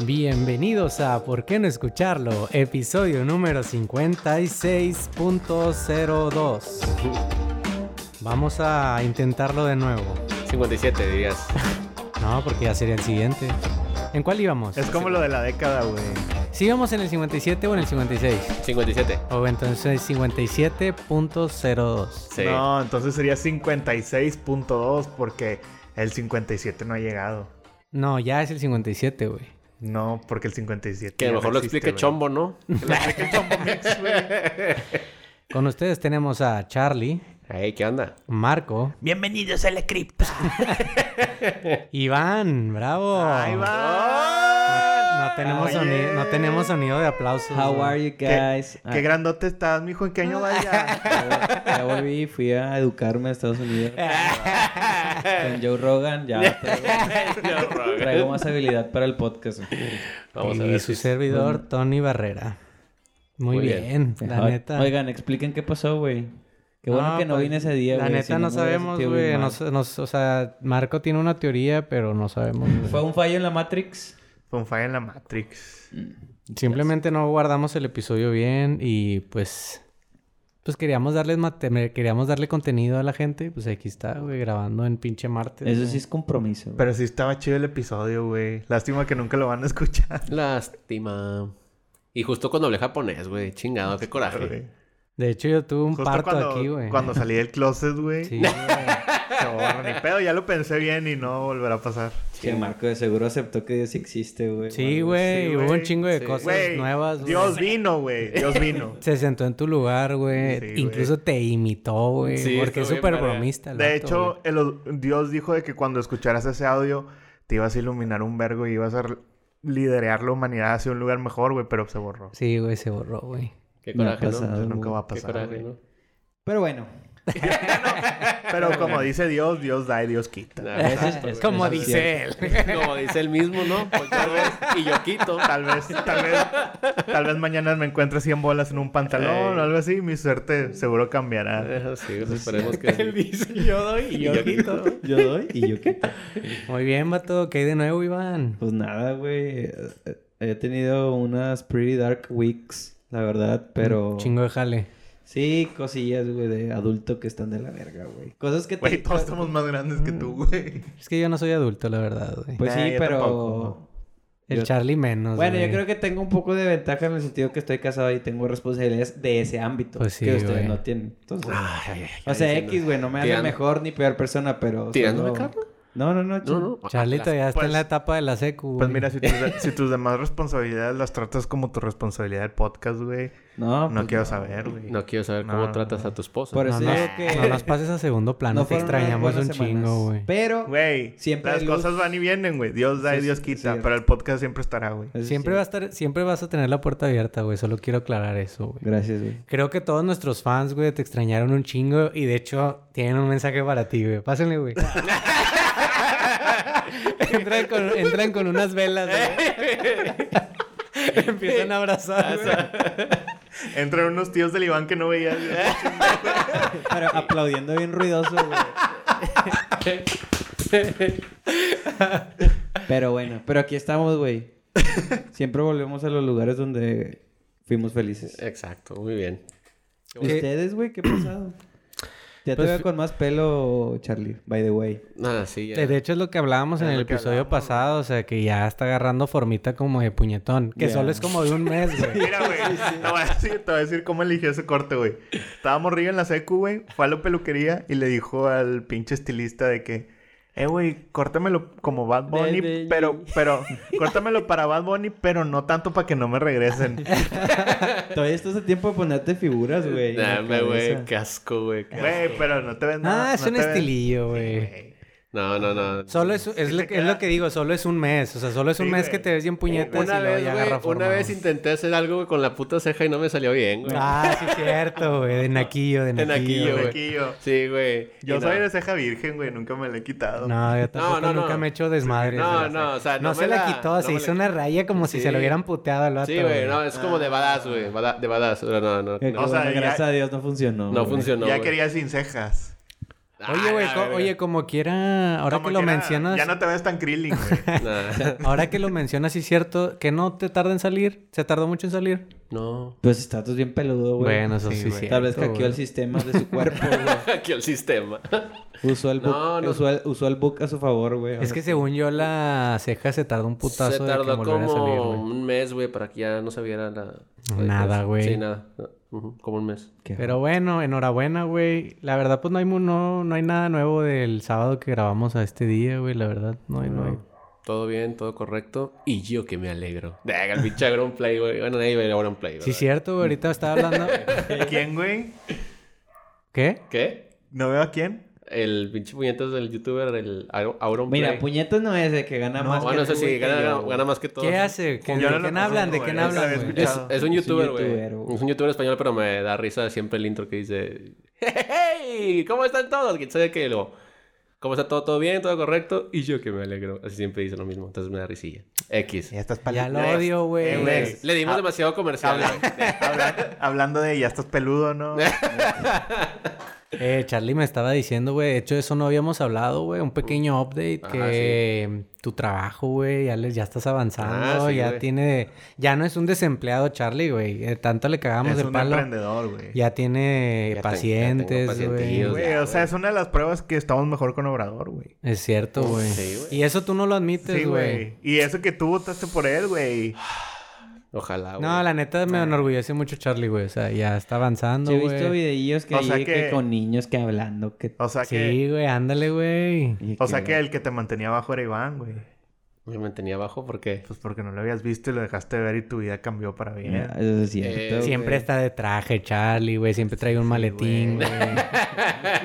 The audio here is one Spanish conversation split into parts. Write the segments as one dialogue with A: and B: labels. A: Bienvenidos a ¿Por qué no escucharlo? Episodio número 56.02. Vamos a intentarlo de nuevo.
B: 57 dirías.
A: No, porque ya sería el siguiente. ¿En cuál íbamos?
B: Pues
C: Es como lo de la década, güey.
A: ¿Si íbamos en el 57 o en el 56?
B: 57.
A: O entonces 57.02.
B: Sí.
C: No, entonces sería 56.2 porque el 57 no ha llegado.
A: No, ya es el 57, güey.
C: No, porque el 57.
B: que a
C: ya
B: lo
C: no
B: mejor lo
C: existe,
B: explique
C: güey.
B: Chombo, ¿no?
C: Que lo explique el Chombo Mix, güey.
A: Con ustedes tenemos a Charlie,
B: Ey, ¿qué onda?
A: Marco,
C: Bienvenidos a la cripta.
A: Iván, bravo.
C: Ahí
B: Ah.
C: va.
A: No tenemos,
C: Oye.
A: sonido, no tenemos sonido de aplausos.
D: How are you
C: ¿Qué,
D: guys? Ah,
C: qué grandote estás, mijo. ¿En qué año vas ya?
D: ya, ya volví, fui a educarme a Estados Unidos.
C: Eh.
D: Con Joe Rogan, ya traigo, traigo más habilidad para el podcast.
B: Vamos a
A: y
B: ver.
A: su
B: si-
A: servidor, Tony Barrera. Muy,
B: Muy
A: bien, la
D: Oigan,
A: neta.
D: Oigan, expliquen qué pasó, güey. Qué bueno que no
A: pues,
D: vine ese día,
A: La
D: güey, si
A: neta no
D: me hubiera
A: sabemos,
D: sentido
A: güey.
D: bien mal.
A: Nos- nos- o sea, Marco tiene una teoría, pero no sabemos. güey.
D: Fue un fallo en la Matrix.
C: Fue un fallo en la Matrix.
A: Simplemente no guardamos el episodio bien y pues... Pues queríamos darles mate- queríamos darle contenido a la gente. Pues aquí está, güey, grabando en pinche martes.
D: Eso
A: güey.
D: sí es compromiso. güey.
C: Pero sí estaba chido el episodio, güey. Lástima que nunca lo van a escuchar.
B: Lástima. Y justo cuando hablé japonés, güey. Chingado, qué coraje.
C: güey.
A: De hecho, yo tuve un
C: Justo
A: parto
C: cuando,
A: aquí, güey.
C: cuando salí del closet, güey.
A: Sí,
C: No,
A: güey.
C: Se borra ni pedo. Ya lo pensé bien y no volverá a pasar.
D: Que Marco de seguro aceptó que Dios existe, güey.
A: Sí,
D: Bueno,
A: güey.
C: sí,
A: hubo
C: güey.
A: un chingo de
B: Sí.
A: cosas
C: Güey,
A: nuevas, güey.
C: Dios vino, güey. Dios vino.
A: Se sentó en tu lugar, güey.
C: Sí, güey.
A: Incluso te imitó, güey.
B: Sí,
A: porque
B: estuvo
A: es
B: bien
A: súper
B: verga.
A: bromista. el
C: De
A: vato,
C: hecho,
A: güey.
C: el- Dios dijo de que cuando escucharas ese audio te ibas a iluminar un vergo y ibas a r- liderar la humanidad hacia un lugar mejor, güey, pero se borró.
A: Sí, güey, se borró, güey.
B: Qué
D: me ha
B: coraje, ¿no?
D: pasado,
C: Entonces nunca
D: güey.
C: va a
B: Qué
C: pasar.
B: coraje,
C: güey.
B: ¿no?
D: Pero bueno.
C: Pero como dice Dios, Dios da y Dios quita.
B: Nah.
D: eso es- eso
A: Como
D: es
A: dice
D: cierto.
A: él.
B: Como dice el mismo, ¿no? Pues ya ves, y yo quito.
C: Tal vez, tal vez, tal vez mañana me encuentre 100 bolas en un pantalón
B: Ey.
C: o algo así. Mi suerte seguro cambiará.
B: Eh, Sí, pues esperemos que sí.
A: dice, yo doy
B: y yo quito.
D: Yo doy y yo quito.
A: Muy bien, vato. ¿Qué hay de nuevo, Iván?
D: Pues nada, güey. Eh, eh, He tenido unas pretty dark weeks, la verdad, pero...
A: Chingo de jale.
D: Sí, cosillas, güey, de adulto que están de la verga, güey. Cosas que... te-
C: Güey, todos somos más grandes que tú, güey.
A: Es que yo no soy adulto, la verdad, güey.
D: Pues
C: Nah,
D: sí,
C: yo
D: pero...
C: tampoco.
A: el
D: yo-
A: Charlie menos,
D: Bueno, yo creo que tengo un poco de ventaja en el sentido que estoy casado y tengo responsabilidades de ese ámbito.
A: Pues sí,
D: que ustedes
A: güey.
D: no tienen. Entonces...
C: Ah,
B: Ay, ay, ay,
D: o sea,
B: diciendo-
D: X, güey, no me hace
B: Tirando-
D: mejor ni peor persona, pero...
B: ¿Tirándome,
D: solo-
B: Carlos?
D: No, no, no.
B: No,
D: chin-
B: no.
A: Charlie
B: Ah,
A: todavía está en
C: pues-
A: la etapa de la secu,
C: Pues
A: güey.
C: mira, si tus, de- si tus demás responsabilidades las tratas como tu responsabilidad del podcast, güey,
D: No,
C: no
D: pues
C: quiero saber, güey.
B: No quiero saber cómo
C: No.
B: tratas a tu esposa.
D: Por
A: No
D: eso
A: nos,
D: digo que...
A: ah, no nos pases a segundo plano. te
D: fueron unas
A: extrañamos un
D: buenas
A: chingo,
D: semanas.
A: güey.
D: Pero...
C: Güey,
D: Siempre
C: las
D: hay luz.
C: cosas van y vienen, güey. Dios da y
D: Sí,
C: Dios
D: sí,
C: quita,
D: sí.
C: pero el podcast siempre estará, güey.
D: eso
A: Siempre,
D: sí.
A: va a estar, siempre vas a tener la puerta abierta, güey. Solo quiero aclarar eso, güey.
D: Gracias, güey.
A: Creo que todos nuestros fans, güey, te extrañaron un chingo y de hecho tienen un mensaje para ti, güey. Pásenle, güey. entran, con, entran con unas velas, güey. Empiezan a
C: Ah,
A: abrazar, güey.
C: Entran unos tíos del Iván que no veías. güey.
D: Pero aplaudiendo bien ruidoso, güey. Pero bueno, pero aquí estamos, güey. Siempre volvemos a los lugares donde fuimos felices.
B: Exacto, muy bien.
D: ¿Y ustedes, güey? ¿Qué ha pasado? Ya te
A: Pues-
D: veo con más pelo, Charlie, by the way.
B: Nada, sí, ya.
A: De de hecho es lo que hablábamos en
C: Es
A: el
C: lo que
A: episodio
C: hablábamos,
A: pasado, o sea, que ya está agarrando formita como de puñetón, que
D: Ya.
A: solo es como de un mes, güey.
C: Mira, güey. Te, voy a decir- te voy a decir cómo eligió ese corte, güey. Estaba morrillo en la secu, güey. Fue a la peluquería y le dijo al pinche estilista de que... Eh, güey, córtamelo como Bad Bunny,
D: Baby.
C: pero... Pero... Córtamelo para Bad Bunny, pero no tanto para que no me regresen.
D: Todavía estás a tiempo de ponerte figuras, güey. en la
B: Dame, güey,
D: cabeza.
B: qué asco, güey. qué asco.
C: Güey, pero no te ven nada.
A: ah, es
C: no
A: un
C: te ven-
A: estilillo, güey.
B: No, no, no.
A: Solo es, es, lo, que- es lo que digo, solo es un mes. O sea, solo es un
C: Sí,
A: mes
C: güey. Eh,
A: que te ves bien puñetas y
B: Una
A: luego
B: vez,
A: ya
B: güey,
A: agarra forma.
B: una vez
A: güey.
B: intenté hacer algo güey, con la puta ceja y no me salió bien, güey.
A: Ah, sí, cierto, güey. De naquillo, de
B: De
A: naquillo.
B: naquillo,
A: güey.
B: güey.
C: Flequillo.
B: Sí, güey.
C: Yo
B: Y
C: soy
B: no.
C: de ceja virgen, güey. Nunca me la he quitado.
A: No, yo tampoco
B: no, no.
A: nunca me he hecho desmadre.
B: No,
A: güey.
B: no, o sea,
A: no,
B: no
A: se
B: me
A: la
B: la-
A: quitó,
B: no
A: se
B: me
A: hizo
B: la-
A: una raya como si
B: Sí.
A: se lo hubieran puteado al vato.
B: Sí, güey, no, es como de badass, güey. bada- De badass, no, no, no.
D: Qué
B: No,
C: o sea,
D: Eh,
C: ya-
D: bueno, gracias a Dios no funcionó.
B: no
D: güey.
B: funcionó.
C: ya
B: güey.
C: quería sin cejas.
A: Oye, güey,
B: Ah,
A: co-
B: la verga.
A: oye, como quiera, ahora
C: Como
A: que lo
C: quiera,
A: mencionas,
C: Ya no te ves tan Krillin, güey.
B: Nah,
A: ahora que lo mencionas, sí es cierto, que no te tarda en salir, se tardó mucho en salir.
B: no.
D: Pues estatus bien peludo, güey.
A: Bueno, eso sí,
C: Sí,
A: es
C: güey.
A: cierto,
D: Tal vez
A: güey.
D: hackeó el sistema de su cuerpo, güey.
B: Aquí el sistema.
D: Usó el book,
B: No, no.
D: usó el, usó el book a su favor, güey.
A: Es que según yo la ceja se tardó un putazo
B: Se
A: de que
B: tardó
A: volviera
B: como
A: a salir, güey.
B: un mes, güey, para que ya no se viera la... la
A: Nada,
B: diferencia.
A: güey.
B: Sí, nada. Ujú, Como un mes.
D: Qué-
A: Pero bueno, enhorabuena, güey. La verdad, pues no hay mu- no, no hay nada nuevo del sábado que grabamos a este día, güey. La verdad, no hay, no hay.
B: Todo bien, todo correcto. Y yo que me alegro. Venga, el pinche Play, güey. Bueno, nadie ve Auron Play,
A: Sí,
B: ¿verdad?
A: cierto, güey. Ahorita estaba hablando.
C: ¿Quién, güey?
A: ¿Qué?
B: ¿Qué?
C: ¿No veo a quién?
B: El pinche puñetas del youtuber, el Au- Auron
D: Mira,
B: Play. Ah,
D: puñetas no es de que gana
C: No,
D: más.
B: Bueno,
D: que
B: eso
D: tú,
B: sí,
D: güey,
B: gana,
D: que yo,
B: gana-
D: güey.
B: gana más que todo.
A: ¿Qué hace? ¿Qué-
C: Yo
A: ¿De
C: no lo
A: quién
C: conozco,
A: hablan? ¿De
C: güey.
A: quién
C: Nunca lo
A: hablan,
C: había
A: güey?
C: escuchado.
B: Es, es un
D: Es un
B: youtuber,
D: youtuber,
B: güey.
D: güey.
B: Es un youtuber español, pero me da risa siempre el intro que dice... ¡Hey! ¿Cómo están todos? ¿Quién sabe qué? Luego, ¿Cómo está todo? ¿Todo bien? ¿Todo correcto? Y yo que me alegro. Así siempre dice lo mismo. Entonces me da risilla. X.
C: Ya estás
A: Ya
C: peludo.
A: lo odio, güey.
C: Eh,
B: Next. Le dimos
C: Ah,
B: demasiado comercial. güey.
C: habla- hablando de ya estás peludo, ¿no?
A: Eh, Charlie me estaba diciendo, güey, de hecho eso no habíamos hablado, güey, un pequeño update
B: Ajá,
A: que tu trabajo, güey, ya, le- ya estás avanzando,
B: Ah, sí,
A: ya
B: güey.
A: tiene, ya no es un desempleado Charlie, güey, eh, tanto le cagamos
C: es
A: el
C: un
A: palo,
C: emprendedor, güey.
A: ya tiene
B: Ya ten- ya tengo
A: pacientes,
B: pacientillos,
A: güey.
C: Güey,
B: Ya,
C: o sea, es una de las pruebas que estamos mejor con Obrador, güey.
A: Es cierto, güey.
B: Sí, güey.
A: y eso tú no lo admites,
C: Sí,
A: güey.
C: güey. Y eso que tú votaste por él, güey.
B: Ojalá, Ah, güey.
A: no, la neta me enorgullece mucho Charlie, güey, o sea, ya está avanzando,
D: Yo he visto
A: güey.
D: videillos que,
C: O sea
D: hay que...
C: que-
D: con niños que hablando. Que...
C: O sea que...
A: Sí, güey, ándale, güey.
D: y
C: O sea que el que te mantenía abajo era Iván, güey.
B: Yo me tenía abajo porque...
C: Pues porque no lo habías visto y lo dejaste de ver y tu vida cambió para bien.
D: Mira, Eso es cierto,
B: Eh,
A: Siempre
D: güey.
A: está de traje, Charlie, güey. Siempre trae un maletín, güey.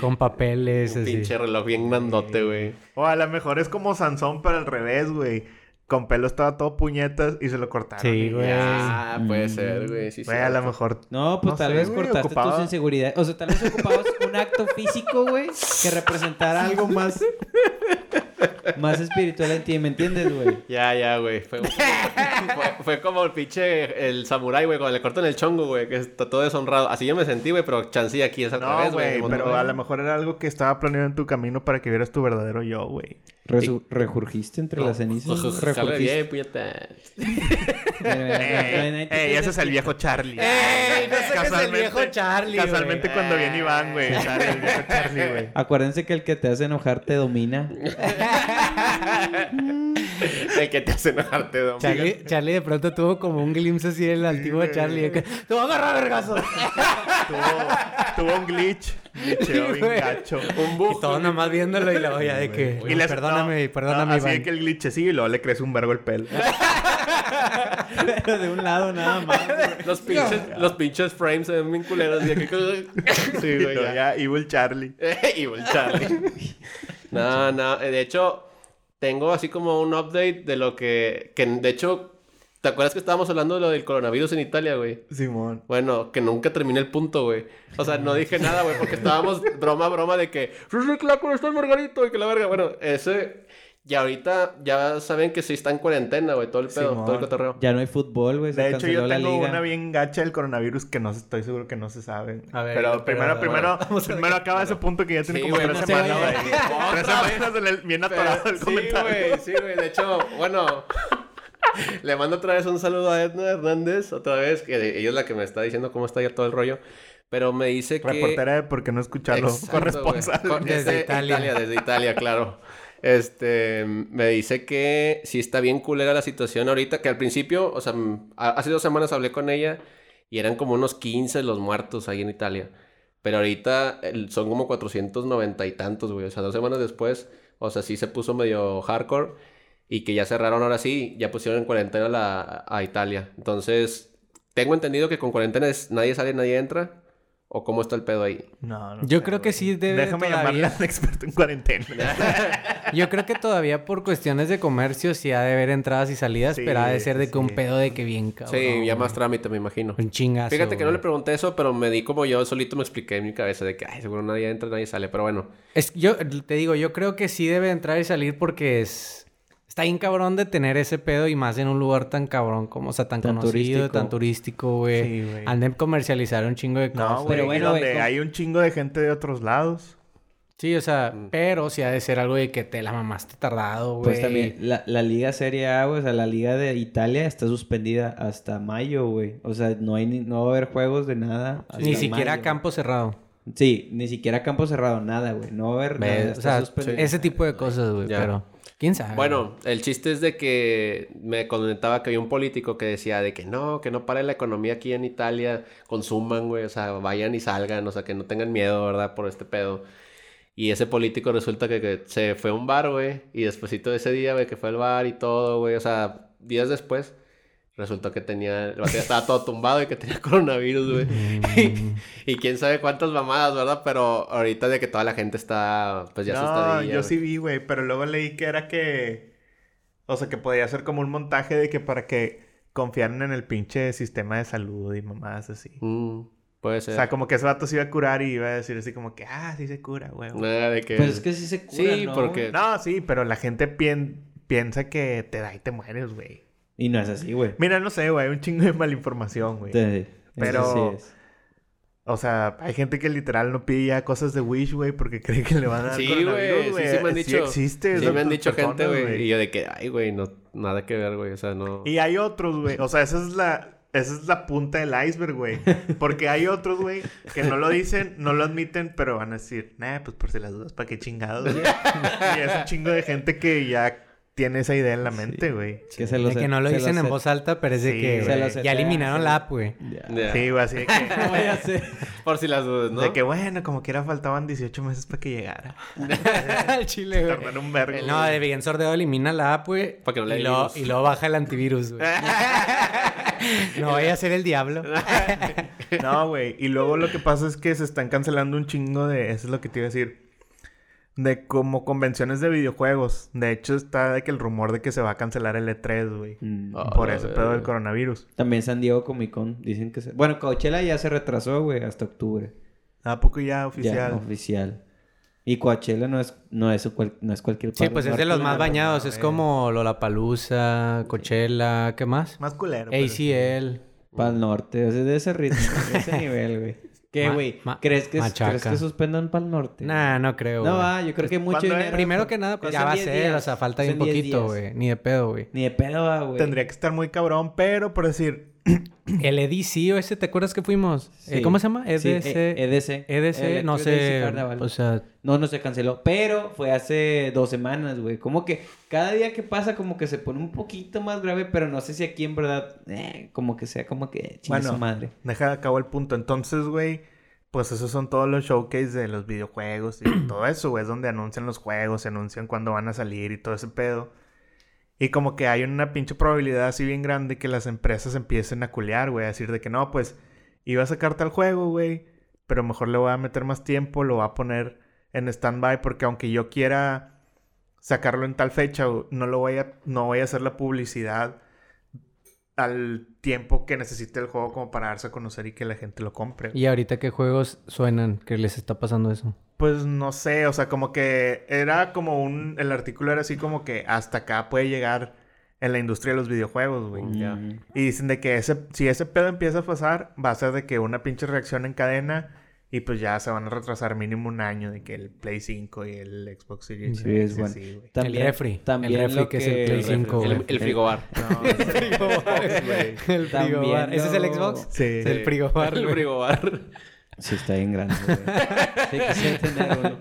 A: Con papeles,
B: Un
A: así.
B: pinche reloj bien grandote, güey.
C: O a lo mejor es como Sansón, pero al revés, güey. Con pelo estaba todo puñetas y se lo cortaron.
A: Sí,
C: Y-
A: güey.
B: Ah, puede
D: Mm.
B: ser, güey. Sí,
C: Güey, a lo
B: cierto.
C: mejor.
D: No, pues
C: No
D: tal
C: sé,
D: vez
C: güey,
D: cortaste
C: ocupaba-
D: tus inseguridades. O sea, tal vez ocupabas un acto físico, güey, que representara algo más. más espiritual en ti, ¿me entiendes, güey?
B: Ya, ya, güey. Fue, fue- fue como el pinche el samurái, güey, cuando le cortan el chongo, güey, que está todo deshonrado. Así yo me sentí, güey, pero chancé aquí es al
C: No,
B: revés,
C: güey,
B: como
C: pero
B: todo.
C: a lo mejor era algo que estaba planeado en tu camino para que vieras tu verdadero yo, güey.
D: Resu- ¿Rejurgiste entre las cenizas?
B: Ojo, ojo, jale
D: ¿Rejurgiste?
B: pues, bien, puñeta.
D: Mira, mira,
A: Eh,
D: mira,
C: Ey,
D: mira,
C: ey, Eh, ese es el viejo Charlie. Ey,
A: no saques el viejo Charlie, güey.
C: Casualmente cuando viene Iván, güey. sale El viejo Charlie, güey.
D: Acuérdense que el que te hace enojar te domina.
B: El que te hace enojarte, don.
A: Charlie, Charlie de pronto tuvo como un glimpse así del antiguo Charlie. de que, ¡Te voy a agarrar a vergazos!
C: Tuvo, tuvo un glitch. Glitcheo bien
A: güey.
C: gacho.
B: Un
A: Y
B: bujo.
A: todo nomás viéndolo y la olla de que...
C: Y les-
A: perdóname,
C: no,
A: perdóname,
C: no, Así
A: Iván.
C: de que el glitch sí, y luego le crece un vergo el pelo.
D: Pero de un lado nada más. güey.
B: Los pinches, los pinches frames se ven bien culeros. Y aquí, sí,
C: Y luego ya, Evil Charlie.
B: y Charlie. no, no. eh, De hecho, tengo así como un update de lo que... Que, de hecho, ¿te acuerdas que estábamos hablando de lo del coronavirus en Italia, güey?
C: Simón.
B: Bueno, que nunca terminé el punto, güey. O sea, no dije nada, güey, porque estábamos broma, broma de que... "Sí, sí, claro, está el margarito! Y que la verga. Bueno, ese... Y ahorita ya saben que sí está en cuarentena, güey. Todo el pedo, todo el
C: Simón.
B: cotorreo.
D: Ya no hay fútbol, güey. Se
C: De hecho,
D: canceló
C: yo
D: la
C: tengo
D: liga.
C: una bien gacha del coronavirus que no se- estoy seguro que no se sabe.
A: A ver,
C: pero,
A: pero-
C: primero,
A: pero-
C: primero, primero acaba ese punto que ya tiene
B: Sí,
C: como
B: güey,
C: tres
B: no se
C: semanas,
B: vaya.
C: güey. Tres
B: Otra vez.
C: semanas en el- bien
B: Pero-
C: atorado el
B: sí,
C: comentario.
B: güey, sí, güey. De hecho, bueno, le mando otra vez un saludo a Edna Hernández, otra vez, que ella es la que me está diciendo cómo está ya todo el rollo. Pero me dice que...
C: Reportera de por qué no escucharlo.
B: Exacto,
C: Corresponsal.
B: güey. Cor-
A: Desde
B: desde
A: Italia.
B: Italia. Desde Italia, claro. Este, me dice que sí está bien culera la situación ahorita, que al principio, o sea, mm, ha- hace dos semanas hablé con ella y eran como unos 15 los muertos ahí en Italia. Pero ahorita el- son como 490 y tantos, güey. O sea, dos semanas después, o sea, sí se puso medio hardcore y que ya cerraron ahora sí, ya pusieron en cuarentena la, a Italia. Entonces, tengo entendido que con cuarentena es nadie sale, nadie entra. ¿O cómo está el pedo ahí?
C: No, no
A: Yo
C: sé,
A: creo que
C: güey.
A: sí debe
C: Déjame
A: todavía-
C: llamarle a un experto en cuarentena.
A: Yo creo que todavía por cuestiones de comercio sí ha de haber entradas y salidas,
C: Sí,
A: pero ha de ser de que un
C: sí.
A: pedo de que bien cabrón.
B: Sí, ya
A: güey.
B: más trámite, me imagino.
A: Un chingazo,
B: Fíjate que no
A: güey.
B: le pregunté eso, pero me di como yo solito me expliqué en mi cabeza de que, ay, seguro nadie entra, nadie sale, pero bueno.
A: Es, yo te digo, yo creo que sí debe entrar y salir porque es, Está bien cabrón de tener ese pedo y más en un lugar tan cabrón como, o sea, tan,
D: Tan
A: conocido,
D: turístico.
A: tan turístico, güey.
C: Sí, güey.
A: Han de comercializar un chingo de cosas.
C: No, güey.
D: Pero
C: y
D: bueno,
C: donde
D: güey, ¿cómo?
C: hay un chingo de gente de otros lados.
A: Sí, o sea,
C: Mm.
A: pero sí ha de ser algo de que te la mamaste tardado, güey.
D: Pues también, la, la liga Serie A, güey, o sea, la liga de Italia está suspendida hasta mayo, güey. O sea, no, hay ni- no va a haber juegos de nada. hasta
A: Ni siquiera
D: mayo.
A: campo cerrado.
D: Sí, ni siquiera campo cerrado, nada, güey. No va a haber
A: Ve,
D: nada.
A: o
D: está
A: sea,
D: suspendido.
A: ese tipo de cosas, güey,
B: Ya.
A: pero... ¿Quién
C: Ah.
A: sabe?
B: Bueno, el chiste es de que me comentaba que había un político que decía de que no, que no pare la economía aquí en Italia, consuman, güey, o sea, vayan y salgan, o sea, que no tengan miedo, ¿verdad? Por este pedo. Y ese político resulta que, que se fue a un bar, güey, y despuésito de ese día, güey, que fue al bar y todo, güey, o sea, días después, resultó que tenía, el vato ya estaba todo tumbado y que tenía coronavirus, güey. y, y quién sabe cuántas mamadas, ¿verdad? Pero ahorita de que toda la gente está, pues ya
C: No,
B: asustadilla,
C: yo
B: güey.
C: sí vi, güey, pero luego leí que era que... O sea, que podía ser como un montaje de que para que confiaran en el pinche sistema de salud y mamadas así.
B: Mm, puede ser.
C: O sea, como que ese vato se iba a curar y iba a decir así como que, ah, sí se cura, güey.
B: Nada de que...
D: Pues es que sí se cura,
B: Sí,
D: ¿no,
B: porque-
D: güey?
C: No, sí, pero la gente pien- piensa que te da y te mueres, güey.
D: Y no es así, güey.
C: Mira, no sé, güey, hay un chingo de malinformación, güey.
D: Sí,
C: Pero-
D: eso sí es.
C: O sea, hay gente que literal no pide ya cosas de Wish, güey, porque cree que le van a dar
B: Sí,
C: coronavirus,
B: güey, sí, sí me han dicho.
C: existe.
B: Sí
C: esas
B: me han dicho
C: personas,
B: gente, güey. Y yo de que, ay, güey, no, nada que ver, güey. O sea, no.
C: Y hay otros, güey. O sea, esa es la... Esa es la punta del iceberg, güey. Porque hay otros, güey, que no lo dicen, no lo admiten, pero van a decir, nah, pues por si las dudas, ¿para qué chingados, güey? Y es un chingo de gente que ya tiene esa idea en la mente, güey.
D: Que se
A: De que no lo
D: se
A: dicen en
D: se-
A: voz alta, pero es de
C: Sí,
A: que
C: se
A: güey,
D: los
A: ya
D: setean,
A: eliminaron
D: se
A: la
D: los-
A: app, güey.
D: Ya.
B: Ya.
C: Sí, güey, así de que...
D: No vaya a ser.
B: Por si las dudas, ¿no?
C: De que, bueno, como quiera faltaban 18 meses para que llegara.
A: Al chile, güey.
C: Tardaron un vergo.
A: No, de bien sordeado elimina la app, güey.
B: Pa' que no le
A: y
B: dé
A: luego,
B: virus.
A: y luego baja el antivirus, güey. no vaya a ser el diablo.
C: No, güey. Y luego lo que pasa es que se están cancelando un chingo de. Eso es lo que te iba a decir. De como convenciones de videojuegos. De hecho, está de que el rumor de que se va a cancelar el E3, güey.
D: Mm.
B: Ah,
C: por
B: la
C: ese
B: verga.
C: pedo del coronavirus.
D: También San Diego Comic Con, dicen que se... Bueno, Coachella ya se retrasó, güey, hasta octubre.
C: ¿A poco ya
D: Ya,
C: oficial?
D: oficial. Y Coachella no es, no es, cual- no es cualquier
A: Sí,
D: par-
A: pues es de
D: lugar.
A: los más bañados. Es
C: mames.
A: como Lollapalooza, Coachella, ¿qué más?
C: Más culero. pero
A: eh,
C: sí.
A: ACL.
D: Pa'l norte, o sea, de ese ritmo, de ese nivel, güey. ¿Qué,
A: Ma-
D: güey?
A: ma-
D: ¿Crees, que,
A: machaca.
D: ¿Crees que suspendan pa'l norte?
A: Nah, no creo,
D: No
A: güey.
D: va, yo creo que mucho
C: ¿cuándo es?
D: dinero.
A: Primero que nada, pues
D: Son
A: ya va a
D: 10
A: ser.
D: días,
A: O sea, falta bien
D: son 10
A: poquito,
D: días.
A: güey. Ni de pedo, güey.
D: Ni de pedo va, güey.
C: Tendría que estar muy cabrón, pero por decir.
A: El EDC o ese, ¿te acuerdas que fuimos? Eh,
D: Sí.
A: ¿Cómo se llama?
D: Sí,
A: EDC.
D: e- EDC.
A: EDC, no
D: Electric Daisy
A: sé. pues,
D: Carnival.
A: O sea,
D: No, no se canceló. Pero fue hace dos semanas, güey. Como que cada día que pasa, como que se pone un poquito más grave, pero no sé si aquí en verdad, eh, como que sea, como que chinga
C: Bueno.
D: su madre.
C: Deja acabo el punto. Entonces, güey. Pues esos son todos los showcase de los videojuegos y todo eso, güey. Es donde anuncian los juegos, se anuncian cuándo van a salir y todo ese pedo. Y como que hay una pinche probabilidad así bien grande que las empresas empiecen a culear, güey. A decir de que no, pues iba a sacar tal juego, güey. Pero mejor le voy a meter más tiempo, lo voy a poner en stand-by. Porque aunque yo quiera sacarlo en tal fecha, güey, no lo voy a, no voy a hacer la publicidad al tiempo que necesite el juego como para darse a conocer y que la gente lo compre. güey.
A: ¿y ahorita qué juegos suenan que les está pasando eso?
C: Pues no sé, o sea, como que era como un. El artículo era así como que hasta acá puede llegar en la industria de los videojuegos, güey.
B: Ya.
D: Mm.
C: Y dicen de que ese, si ese pedo empieza a pasar, va a ser de que una pinche reacción en cadena y pues ya se van a retrasar mínimo un año de que el Play 5 y el Xbox Series.
D: Sí, es bueno.
C: así, güey.
A: el refri.
D: también
A: el refri
D: lo
A: que, es el Play 5.
B: El,
A: güey.
B: el frigobar.
C: No, es- güey.
A: El
D: También
A: frigobar. ¿Ese es el
D: lo-
A: Xbox?
C: Sí.
A: El frigobar,
B: El
A: güey.
B: frigobar.
D: Sí, está bien grande, güey. Sí, quisiera tener uno.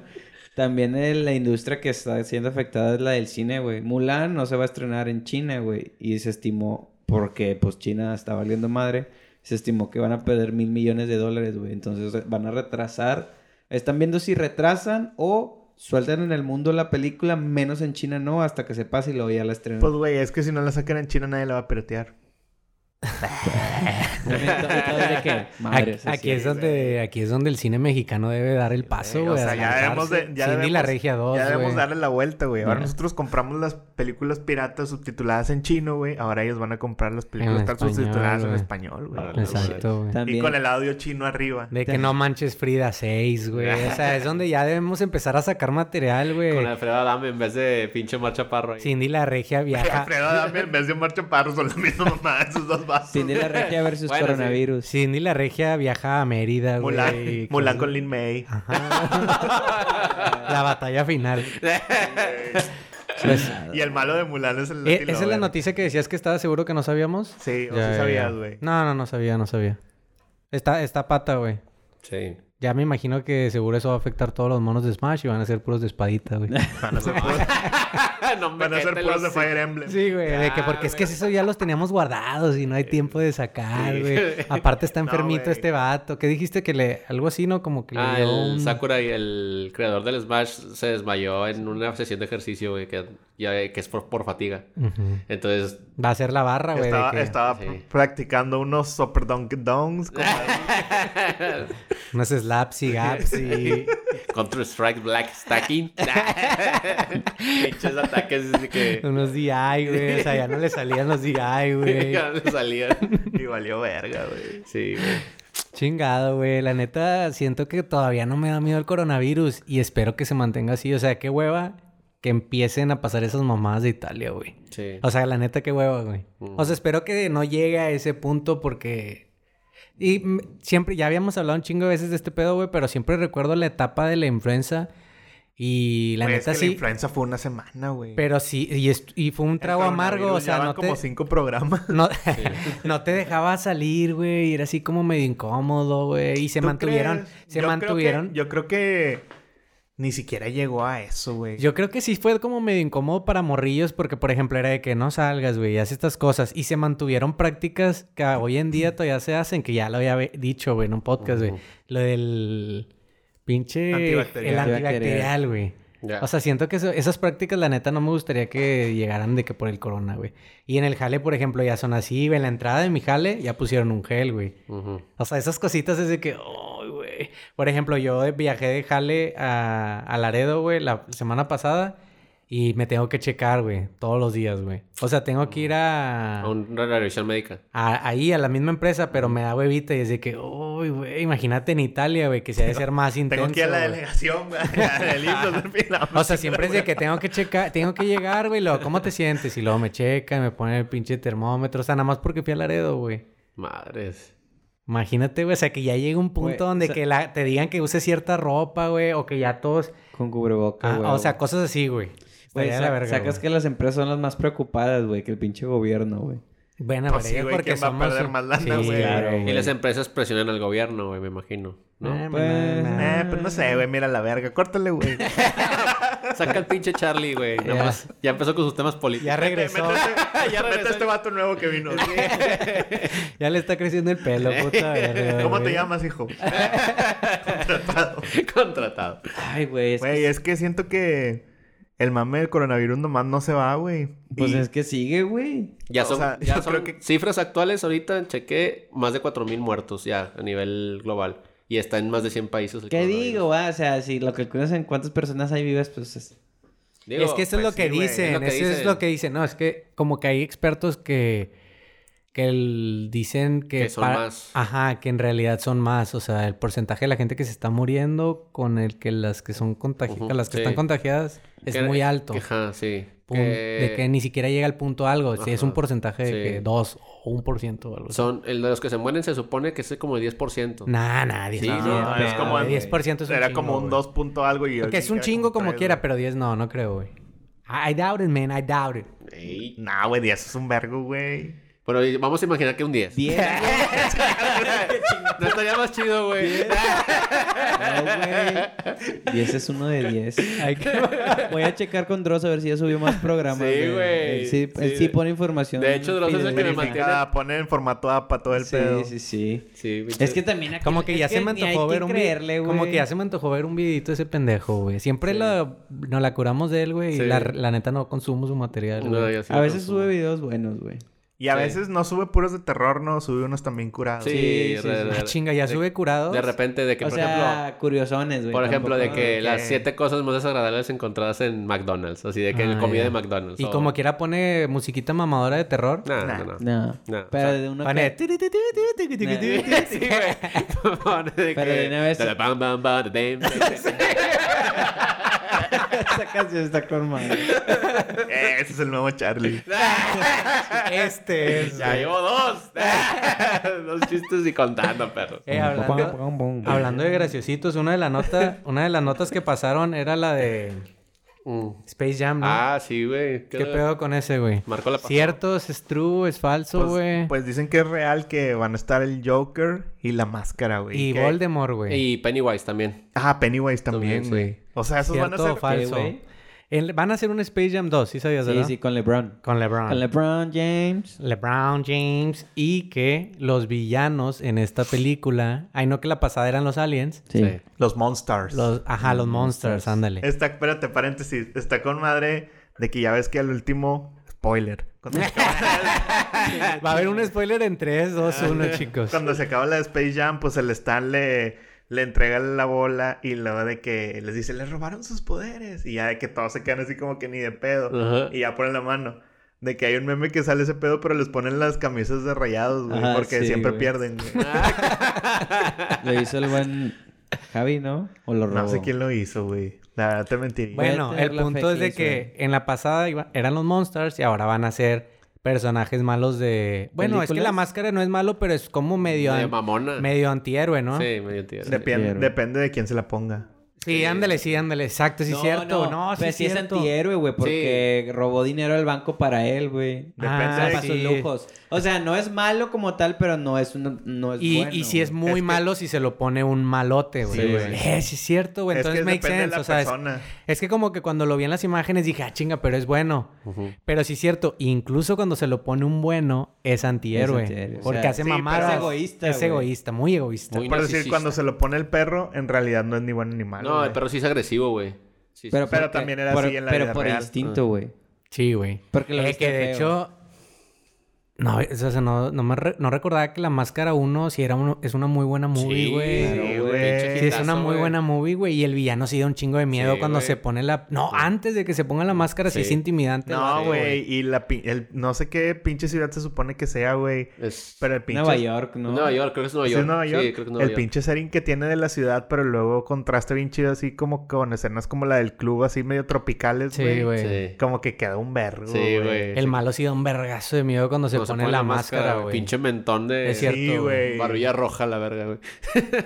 D: También eh, la industria que está siendo afectada es la del cine, güey. Mulan no se va a estrenar en China, güey. Y se estimó, porque pues China está valiendo madre, se estimó que van a perder mil millones de dólares, güey. Entonces re- van a retrasar. Están viendo si retrasan o sueltan en el mundo la película, menos en China no, hasta que se pase y luego ya la estrenan.
C: Pues güey, es que si no la sacan en China nadie la va a piratear.
D: ¿De qué? Madre,
A: Aquí,
D: sí,
A: aquí
D: sí.
A: es donde, aquí es donde el cine mexicano debe dar el paso, güey.
C: eh. o sea, ya
A: adelantarse.
C: debemos de. Ya
A: Cindy
C: debemos,
A: la Regia 2,
C: Ya debemos
A: güey.
C: darle la vuelta, güey. Ahora
D: Mira.
C: nosotros compramos las películas piratas subtituladas en chino, güey. Ahora ellos van a comprar las
A: En
C: películas tan
A: español,
C: subtituladas en
A: güey.
C: español, güey.
B: Órale.
A: Exacto, güey.
D: También,
C: Y con el audio chino arriba.
A: De que no manches Frida 6, güey. O sea, es donde ya debemos empezar a sacar material,
B: Con
A: güey.
B: Alfredo Adame en vez de pinche marcha parro ahí.
A: Cindy la Regia viaja.
C: Alfredo Adame en vez de Omar Chaparro son la misma mamada de esos dos vasos.
D: Cindy la Regia versus
B: Bueno, sí.
D: coronavirus.
A: Cindy la Regia viaja a Mérida, güey.
C: Mulan,
A: y
C: Mulan
A: cosas-
C: con Lin May.
A: La batalla final. Pues,
C: Y el malo de Mulan es el
A: eh,
C: Latin
A: ¿Esa es la
C: Lover.
A: noticia que decías que estaba seguro que no sabíamos?
C: Sí, o
A: Ya,
C: sí
A: ya,
C: sabías,
A: ya.
C: güey.
A: No, no, no sabía, no sabía. Está, está pata, güey.
B: Sí.
A: Ya me imagino que seguro eso va a afectar a todos los monos de Smash y van a ser puros de espadita, güey.
C: Van a ser puros,
B: no me
C: van a ser
B: quiten
C: puros de
B: los-
C: Fire Emblem.
A: Sí, güey, de que porque es que eso ya los teníamos guardados y no hay tiempo de sacar, güey. Aparte está
C: Eh, No,
A: enfermito
C: güey.
A: este vato. ¿Qué dijiste que le algo así no como que le
B: Ah,
A: dio
B: el
A: un-
B: Sakura, y el creador del Smash, se desmayó en una sesión de ejercicio, güey, que, ya, que es por, por fatiga.
A: Ujú.
B: Entonces,
A: Va a ser la barra, güey. de
C: Estaba,
A: que
C: estaba
B: sí.
C: pr- practicando unos Super Dunk Dongs. como-
A: Unos slaps y gaps y
B: Counter Strike Black Stacking. Pinches ataques así que
A: unos DI, güey. O sea, ya no le salían los DI, güey.
B: ya le salían.
C: Y valió verga, güey.
B: Sí, güey.
A: Chingado, güey. La neta, siento que todavía no me da miedo el coronavirus y espero que se mantenga así. O sea, qué hueva que empiecen a pasar esas mamadas de Italia, güey.
B: Sí.
A: O sea, la neta, qué hueva, güey. O sea, espero que no llegue a ese punto porque... Y mm, siempre, ya habíamos hablado un chingo de veces de este pedo, güey, pero siempre recuerdo la etapa de la influenza y la
C: Güey, Pues es
A: neta
C: que la
A: sí...
C: influenza fue una semana, güey.
A: Pero sí, y, est- y fue un
C: El
A: trago amargo, o
C: coronavirus ya
A: sea,
C: van
A: no te...
C: como cinco programas.
A: No, no te dejaba salir, güey. y Era así como medio incómodo, güey. Y se
C: ¿Tú
A: mantuvieron.
C: crees?
A: Se
C: Yo creo que-
A: mantuvieron.
C: yo creo que ni siquiera llegó a eso, güey.
A: Yo creo que sí fue como medio incómodo para morrillos porque, por ejemplo, era de que no salgas, güey, y haz estas cosas. Y se mantuvieron prácticas que hoy en día todavía se hacen, que ya lo había ve- dicho, güey, en un podcast, güey. Lo del pinche...
C: Antibacterial.
A: El antibacterial, güey.
B: Ya.
A: O sea, siento que eso- esas prácticas, la neta, no me gustaría que llegaran de que por el corona, güey. Y en el jale, por ejemplo, ya son así, güey. En la entrada de mi jale ya pusieron un gel, güey.
B: Ujú.
A: O sea, esas cositas es de que, ¡ay, güey! Por ejemplo, yo de- viajé de Jale a, a Laredo, güey, la semana pasada y me tengo que checar, güey, todos los días, güey. O sea, tengo que ir a,
B: A una revisión médica.
A: a- ahí, a la misma empresa, pero me da huevita y es de que, ¡ay, güey! Imagínate en Italia, güey, que se ha de ser más intenso.
C: Tengo que ir a la
A: güey.
C: delegación, güey. a la del Ipsos, del Pilar.
A: O sea, siempre es de que tengo que checar, tengo que llegar, güey, luego, ¿cómo te sientes? Y luego me checan, me ponen el pinche termómetro, o sea, nada más porque fui a Laredo, güey.
B: Madres.
A: Imagínate, güey, o sea, que ya llega un punto
D: Güey,
A: donde
D: o sea-
A: que la, te digan que use cierta ropa, güey, o que ya todos...
D: Con cubrebocas,
A: Ah,
D: güey.
A: o sea, cosas así, güey.
D: Güey,
A: Estaría de
D: sa-
A: la verga,
D: sacas
A: güey.
D: que las empresas son las más preocupadas, güey, que el pinche gobierno, güey.
A: Bueno,
C: Pues
A: pero
C: sí,
A: yo
C: güey,
A: porque
C: ¿quién va a
A: somos-
C: perder más lana,
A: Sí,
C: güey?
A: claro,
D: Güey.
B: Y las empresas presionan al gobierno, güey, me imagino. ¿no?
A: Eh,
D: Pues,
A: nah, nah.
C: Eh, pues no sé, güey. Mira la verga. Córtale, güey.
B: Saca el pinche Charlie, güey.
A: Ya.
B: Nada más. Ya empezó con sus temas políticos.
A: Ya regresó.
C: ya mete este vato nuevo que vino.
A: ya le está creciendo el pelo, puta verga,
C: ¿Cómo te
A: güey.
C: llamas, hijo? Contratado.
B: Contratado.
D: Ay, güey. Es,
C: Güey, es que siento que el mame del coronavirus nomás no se va, güey.
D: Pues
C: Y-
D: es que sigue, güey.
B: Ya
C: O
B: son,
C: sea,
B: ya
C: yo
B: son
C: creo que-
B: cifras actuales ahorita, chequé, más de 4.000 muertos ya a nivel global. Y está en más de 100 países. el
D: ¿Qué
B: coronavirus.
D: digo, va? O sea, si lo calculas en cuántas personas hay vivas, pues... es-
B: Digo,
A: es que eso
C: pues
A: es lo que
C: sí, güey, es
A: dicen,
B: lo que
A: eso es
B: dicen.
A: lo que dicen. No, es que como que hay expertos que, que el- dicen que...
B: Que son más.
A: Ajá, que en realidad son más. O sea, el porcentaje de la gente que se está muriendo con el que las que son contagiadas,
B: Ujú,
A: las que
B: sí.
A: están contagiadas, es
B: que-
A: muy alto.
B: que- Ajá, sí.
A: Pun- De que ni siquiera llega al punto algo. Si es
B: Ajá,
A: un porcentaje de
B: sí.
A: que 2 o 1% o algo así.
B: Son, el de los que se mueren se supone que es como el 10%.
A: Nah, nah, 10%.
B: Sí,
A: no,
B: no,
A: no,
C: es como
A: güey,
C: en-
A: 10% es un
C: Era
A: chingo,
C: como un
A: güey.
C: 2 punto algo. Y
A: Que es un chingo como quiera, pero 10 no, no creo, güey. I I doubt it, man, I doubt it.
B: Ey.
C: No, nah, güey, 10 es un vergo, güey.
B: Bueno, y vamos a imaginar que un 10.
D: Diez,
B: no estaría más chido, güey.
D: güey. Diez es uno de diez. Hay que- Voy a checar con Dross a ver si ya subió más programas.
B: Sí, güey.
D: Él sí, él
B: Sí.
D: sí pone información.
B: De hecho, Dross es el que me
D: fidedigna.
B: mantiene
C: Cada pone en formato APA todo el pedo.
D: Sí, sí, sí.
B: Sí,
D: Es que también aquí-
A: Como que
D: es
A: ya se me
D: ni hay
A: antojó
D: que
A: ver un vi-
D: creerle,
A: Como
D: güey.
A: que ya se me antojó ver un videito de ese pendejo, güey. Siempre la- nos la curamos de él, güey.
B: Sí.
A: Y la, la neta no consumo su material,
B: No,
A: güey.
B: yo sí
D: A
B: lo
D: veces
B: consumo.
D: sube videos buenos, güey.
C: Y a
B: Sí.
C: veces no sube puros de terror, no, sube unos también curados.
B: Sí,
D: Sí, sí,
B: re-
D: sí.
B: re-
A: Ah, chinga, ya
B: de-
A: sube curado.
B: De repente, de que,
D: o
B: por
D: sea,
B: ejemplo...
D: curiosones, güey.
B: Por ejemplo, de
D: tampoco-
B: que
C: ok.
B: las siete cosas más desagradables encontradas en McDonald's. Así de que
A: Ah,
B: el comida
A: ya.
B: de McDonald's.
A: Y
B: o-
A: como quiera pone musiquita mamadora de terror.
B: Nah,
C: Nah.
B: no, no.
D: No.
B: No, o
D: Pero
B: sea,
D: de una...
A: Pone...
D: que-
B: Sí, güey. Pone de
D: Pero
B: que-
D: de una vez-
B: de la bam, bam, bam, de dem, de-
D: Esa canción está con madre.
C: Eh, ese es el nuevo Charlie.
A: Este es.
B: Ya llevo dos. dos chistes y contando, perros.
A: Eh, hablando, hablando de graciositos, una de, la nota, una de las notas que pasaron era la de Space Jam, ¿no?
B: Mm. Ah, sí, güey.
A: ¿Qué pedo con ese, güey?
B: Marcó la pa-
A: ¿Cierto? ¿Es true? ¿Es falso, güey?
C: Pues, pues dicen que es real que van a estar el Joker y la máscara, güey.
A: y
C: que-
A: Voldemort, güey.
B: Y Pennywise también.
C: Ah, Pennywise también,
B: También,
C: güey. O sea, esos van a
A: ¿Cierto
C: ser...
A: o falso?
D: güey?
A: El- van a hacer un Space Jam 2, ¿sí sabías,
D: Sí,
A: verdad?
D: sí, con LeBron.
A: Con LeBron.
D: Con LeBron James.
A: LeBron James. Y que los villanos en esta película... Ay, no, que la pasada eran los aliens.
D: Sí.
C: Los Monsters.
A: Los, ajá, los monsters, ándale.
C: Está, espérate, paréntesis. Está con madre de que ya ves que al último... Spoiler. Cuando se acaba,
A: Va a haber un spoiler en 3, 2, 1, chicos.
C: cuando se acaba la de Space Jam, pues el Stan le, le entrega la bola y luego de que les dice, les robaron sus poderes. Y ya de que todos se quedan así como que ni de pedo.
B: Ajá.
C: Y ya ponen la mano. De que hay un meme que sale ese pedo, pero les ponen las camisas de rayados, güey.
D: Ajá,
C: porque
D: sí,
C: siempre
D: güey.
C: pierden, güey.
D: Lo hizo el buen Javi, ¿no? O lo robó.
C: No sé quién lo hizo, güey. La verdad te mentiría.
D: Bueno,
A: Bueno,
D: tener
A: el
D: Este la
A: punto
D: fe
A: es de
D: que
A: que en la pasada iba- eran los Monsters y ahora van a ser personajes malos de... Bueno, es que
D: ¿Películas?
A: la máscara no es malo, pero es como medio,
B: Medio
A: an-
B: mamona.
A: medio antihéroe, ¿no? Sí,
B: Sí, medio tío.
C: Depien-
D: Vieron.
C: depende de quién se la ponga.
A: ándale, sí, ándale. Exacto, sí,
D: No,
A: cierto. No, sí,
D: pero sí es
A: cierto.
D: antihéroe, güey, porque robó dinero al banco para él, güey.
C: Depende
D: O
A: Ah,
D: sea,
C: de
D: para
A: sí.
D: sus lujos. O sea, no es malo como tal, pero no es, un- no es
A: Y,
D: pues, bueno.
A: y si es
D: güey.
A: muy
C: Es que-
A: malo, si se lo pone un malote, güey.
D: Sí,
A: güey.
D: güey.
A: Eh, sí, es cierto, güey. Entonces
C: es que
A: make
C: depende de
A: sense.
C: la
A: O sea, es,
C: persona.
A: es que como que cuando lo vi en las imágenes dije, ah, chinga, pero es bueno. Pero sí es cierto, incluso cuando se lo pone un bueno, es antihéroe.
D: Es antihéroe, o
A: Porque
D: sea,
A: hace
C: sí, pero es
A: mamadas.
D: egoísta,
A: Es
D: güey.
A: egoísta, muy egoísta.
B: Muy-
C: Por decir,
B: narcisista.
C: cuando se lo pone el perro, en realidad no es ni bueno ni malo.
B: No,
C: güey.
B: pero sí es agresivo, güey. Sí, sí,
D: Pero,
B: sí.
C: Pero
D: porque-
C: también era
D: por-
C: así en la
D: Pero
C: vida
D: por
C: real.
D: instinto, güey.
A: Sí, güey.
D: Porque lo
A: Eh,
D: viste
A: que de
D: feo.
A: hecho. No, es- o sea, no, no me re- no recordaba que La Máscara 1 sí era uno, es una muy buena movie,
B: Sí,
A: güey.
C: claro,
B: sí,
C: güey.
B: pinche
A: Sí, es una
B: hitazo,
A: muy
B: güey.
A: buena movie, güey. Y el villano sí da un chingo de miedo
B: Sí,
A: cuando
B: güey.
A: se pone la... No, antes de que se ponga la máscara sí,
B: Sí.
A: es intimidante.
C: No,
B: Sí,
C: güey. Y la pin- el, no sé qué pinche ciudad se supone que sea, güey.
B: Es...
C: Pero el pinche.
D: Nueva York, ¿no?
B: Nueva York, creo que es Nueva
C: Sí,
B: York.
C: es Nueva York.
B: Sí, creo que es Nueva
C: el
B: York.
C: pinche setting que tiene de la ciudad, pero luego contrasta bien chido así como con escenas como la del club, así medio tropicales,
A: Sí,
C: güey.
A: güey.
B: Sí.
C: Como que queda un vergo,
B: Sí, güey.
A: El malo sí da un vergazo de miedo cuando se,
B: Cuando
A: pone, la máscara, güey.
B: Pinche mentón de...
A: Es cierto,
C: Sí, güey.
B: Barbilla roja, la verga, güey.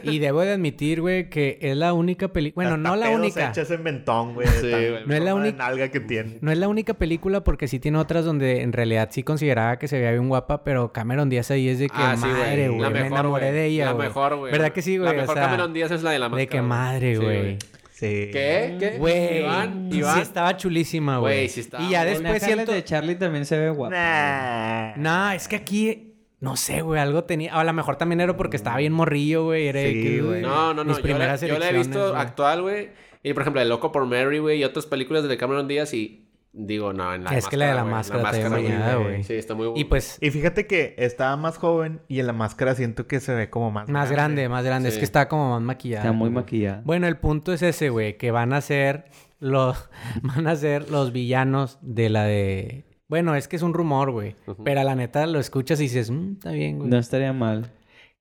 A: Y debo de admitir, güey, que es la única película... Bueno,
C: Hasta
A: no la
C: pedos
A: única.
C: echa ese mentón, güey.
B: Sí,
C: tan-
B: güey.
A: No es la
C: forma de
A: única-
C: nalga que tiene.
A: No es la única película porque sí tiene otras donde en realidad sí consideraba que se veía bien guapa, pero Cameron Díaz ahí es de que
B: Ah, sí, güey.
A: madre, güey.
B: La
A: me
B: mejor,
A: enamoré
B: güey.
A: de ella.
B: La
A: güey.
B: mejor, güey.
A: ¿Verdad que sí, güey?
B: La
A: o
B: mejor
A: sea,
B: Cameron Díaz es la de la máscara.
A: De que madre,
B: Sí,
A: güey.
C: Sí.
B: ¿Qué? ¿Qué?
A: Güey.
B: Iván,
A: Sí
B: Iván.
A: estaba chulísima, güey.
B: Güey, sí estaba
A: Y ya
B: muy-
A: después
D: Después
A: siento...
D: de Charlie también se ve guapo.
C: Nah.
A: No, es que aquí, no sé, güey, algo tenía. A lo mejor también era porque estaba bien morrillo, güey. Era de
C: Sí,
A: que,
C: güey.
B: No, no, no.
A: mis
B: Yo la,
A: primeras
B: yo la he
A: elecciones,
B: visto
A: güey.
B: actual, güey. Y por ejemplo, El Loco por Mary, güey, y otras películas de Cameron Díaz y digo, no, en la
A: Es que la de la
B: güey,
A: máscara está bien
B: güey.
A: bañada, güey.
B: Sí, está muy
A: Y pues,
C: Y fíjate que estaba más joven y en la máscara siento que se ve como más.
A: más grande, más grande. Es
B: Sí.
A: que está como más maquillada.
D: Está muy maquillada.
A: Bueno, el punto es ese, güey, que van a ser los van a ser los villanos de la de bueno, es que es un rumor, güey. Pero a la neta lo escuchas y dices, "Mm, está bien, güey.
D: No estaría mal.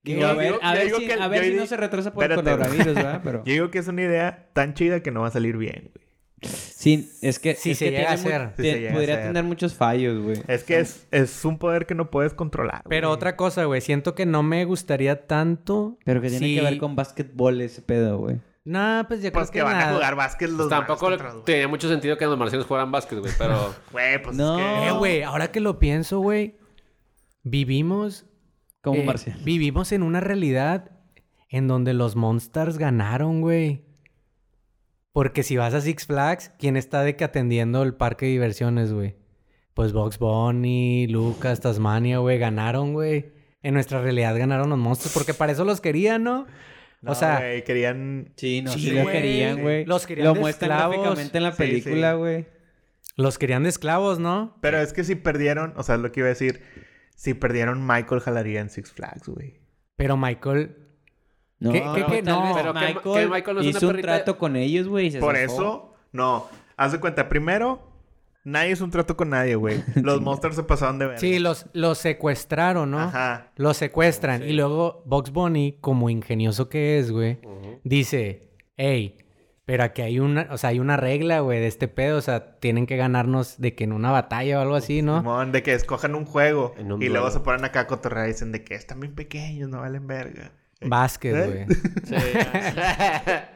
C: Yo
D: Digo, a
C: digo-
D: ver, a
C: yo
D: ver
C: digo
D: si,
C: que-
D: a ver
C: yo
D: si
C: di-
D: no se retrasa por el
C: Espérate, güey.
D: coronavirus, ¿verdad? Pero...
C: Yo digo que es una idea tan chida que no va a salir bien, güey.
D: Sí, es que...
A: Si
D: es
A: se
D: que
A: llega
D: tiene
A: a
D: mu-
A: hacer.
C: Si
D: tie-
C: se llega a
D: podría
C: hacer. Eh,
D: tener muchos fallos, güey.
C: Es que es, es un poder que no puedes controlar.
A: Pero
C: güey.
A: otra cosa, güey, siento que no me gustaría tanto.
D: Pero que tiene
A: si-
D: que ver con básquetbol ese pedo, güey.
A: Nah, pues ya
C: Pues
A: creo que,
C: que van a
A: nada.
C: jugar básquet los
B: tampoco
C: malos contra los
B: tenía mucho sentido que los marcianos jugaran básquet, güey, pero
C: Güey, pues
D: No.
C: es que...
A: Eh, güey, ahora que lo pienso, güey, vivimos
D: Como
A: eh,
D: Marcial.
A: Vivimos en una realidad en donde los Monsters ganaron, güey. Porque si vas a Six Flags, ¿quién está de que atendiendo el parque de diversiones, güey? Pues Box Bunny, Lucas, Tasmania, güey, ganaron, güey. En nuestra realidad ganaron los monstruos porque para eso los querían, ¿no?
C: No,
A: o sea,
C: güey, querían...
D: Sí, no, sí,
A: sí,
D: lo
A: güey.
D: querían, güey.
A: Los querían
D: Lo
A: de
D: muestran
A: esclavos.
D: gráficamente en la
C: Sí,
D: película,
C: sí.
D: güey.
A: los querían de esclavos, ¿no?
C: Pero es que si perdieron, o sea, es lo que iba a decir. Si perdieron, Michael jalaría en Six Flags, güey.
A: Pero Michael.
D: No,
A: ¿Qué- qué-
D: pero
A: qué?
D: tal
A: No.
D: vez
B: Pero que-
D: Michael
B: que Michael no es una
D: hizo un
B: perrita-
D: trato con ellos, güey. y se
C: Por
D: zafó.
C: eso, no. Haz de cuenta, primero, nadie es un trato con nadie, güey. Los monsters se pasaron de verga.
A: Sí, los, los secuestraron, ¿no?
C: Ajá.
A: Los secuestran. Y luego Box Bunny, como ingenioso que es, güey, dice, hey, pero aquí hay una, o sea, hay una regla, güey, de este pedo. O sea, tienen que ganarnos de que en una batalla o algo así, ¿no?
C: Simón, de que escojan un juego
B: En un
C: y luego
B: duelo.
C: se ponen acá a cotorrear y dicen de que están bien pequeños, no valen verga.
A: Básquet,
C: ¿Eh?
A: güey.
B: Sí, ya.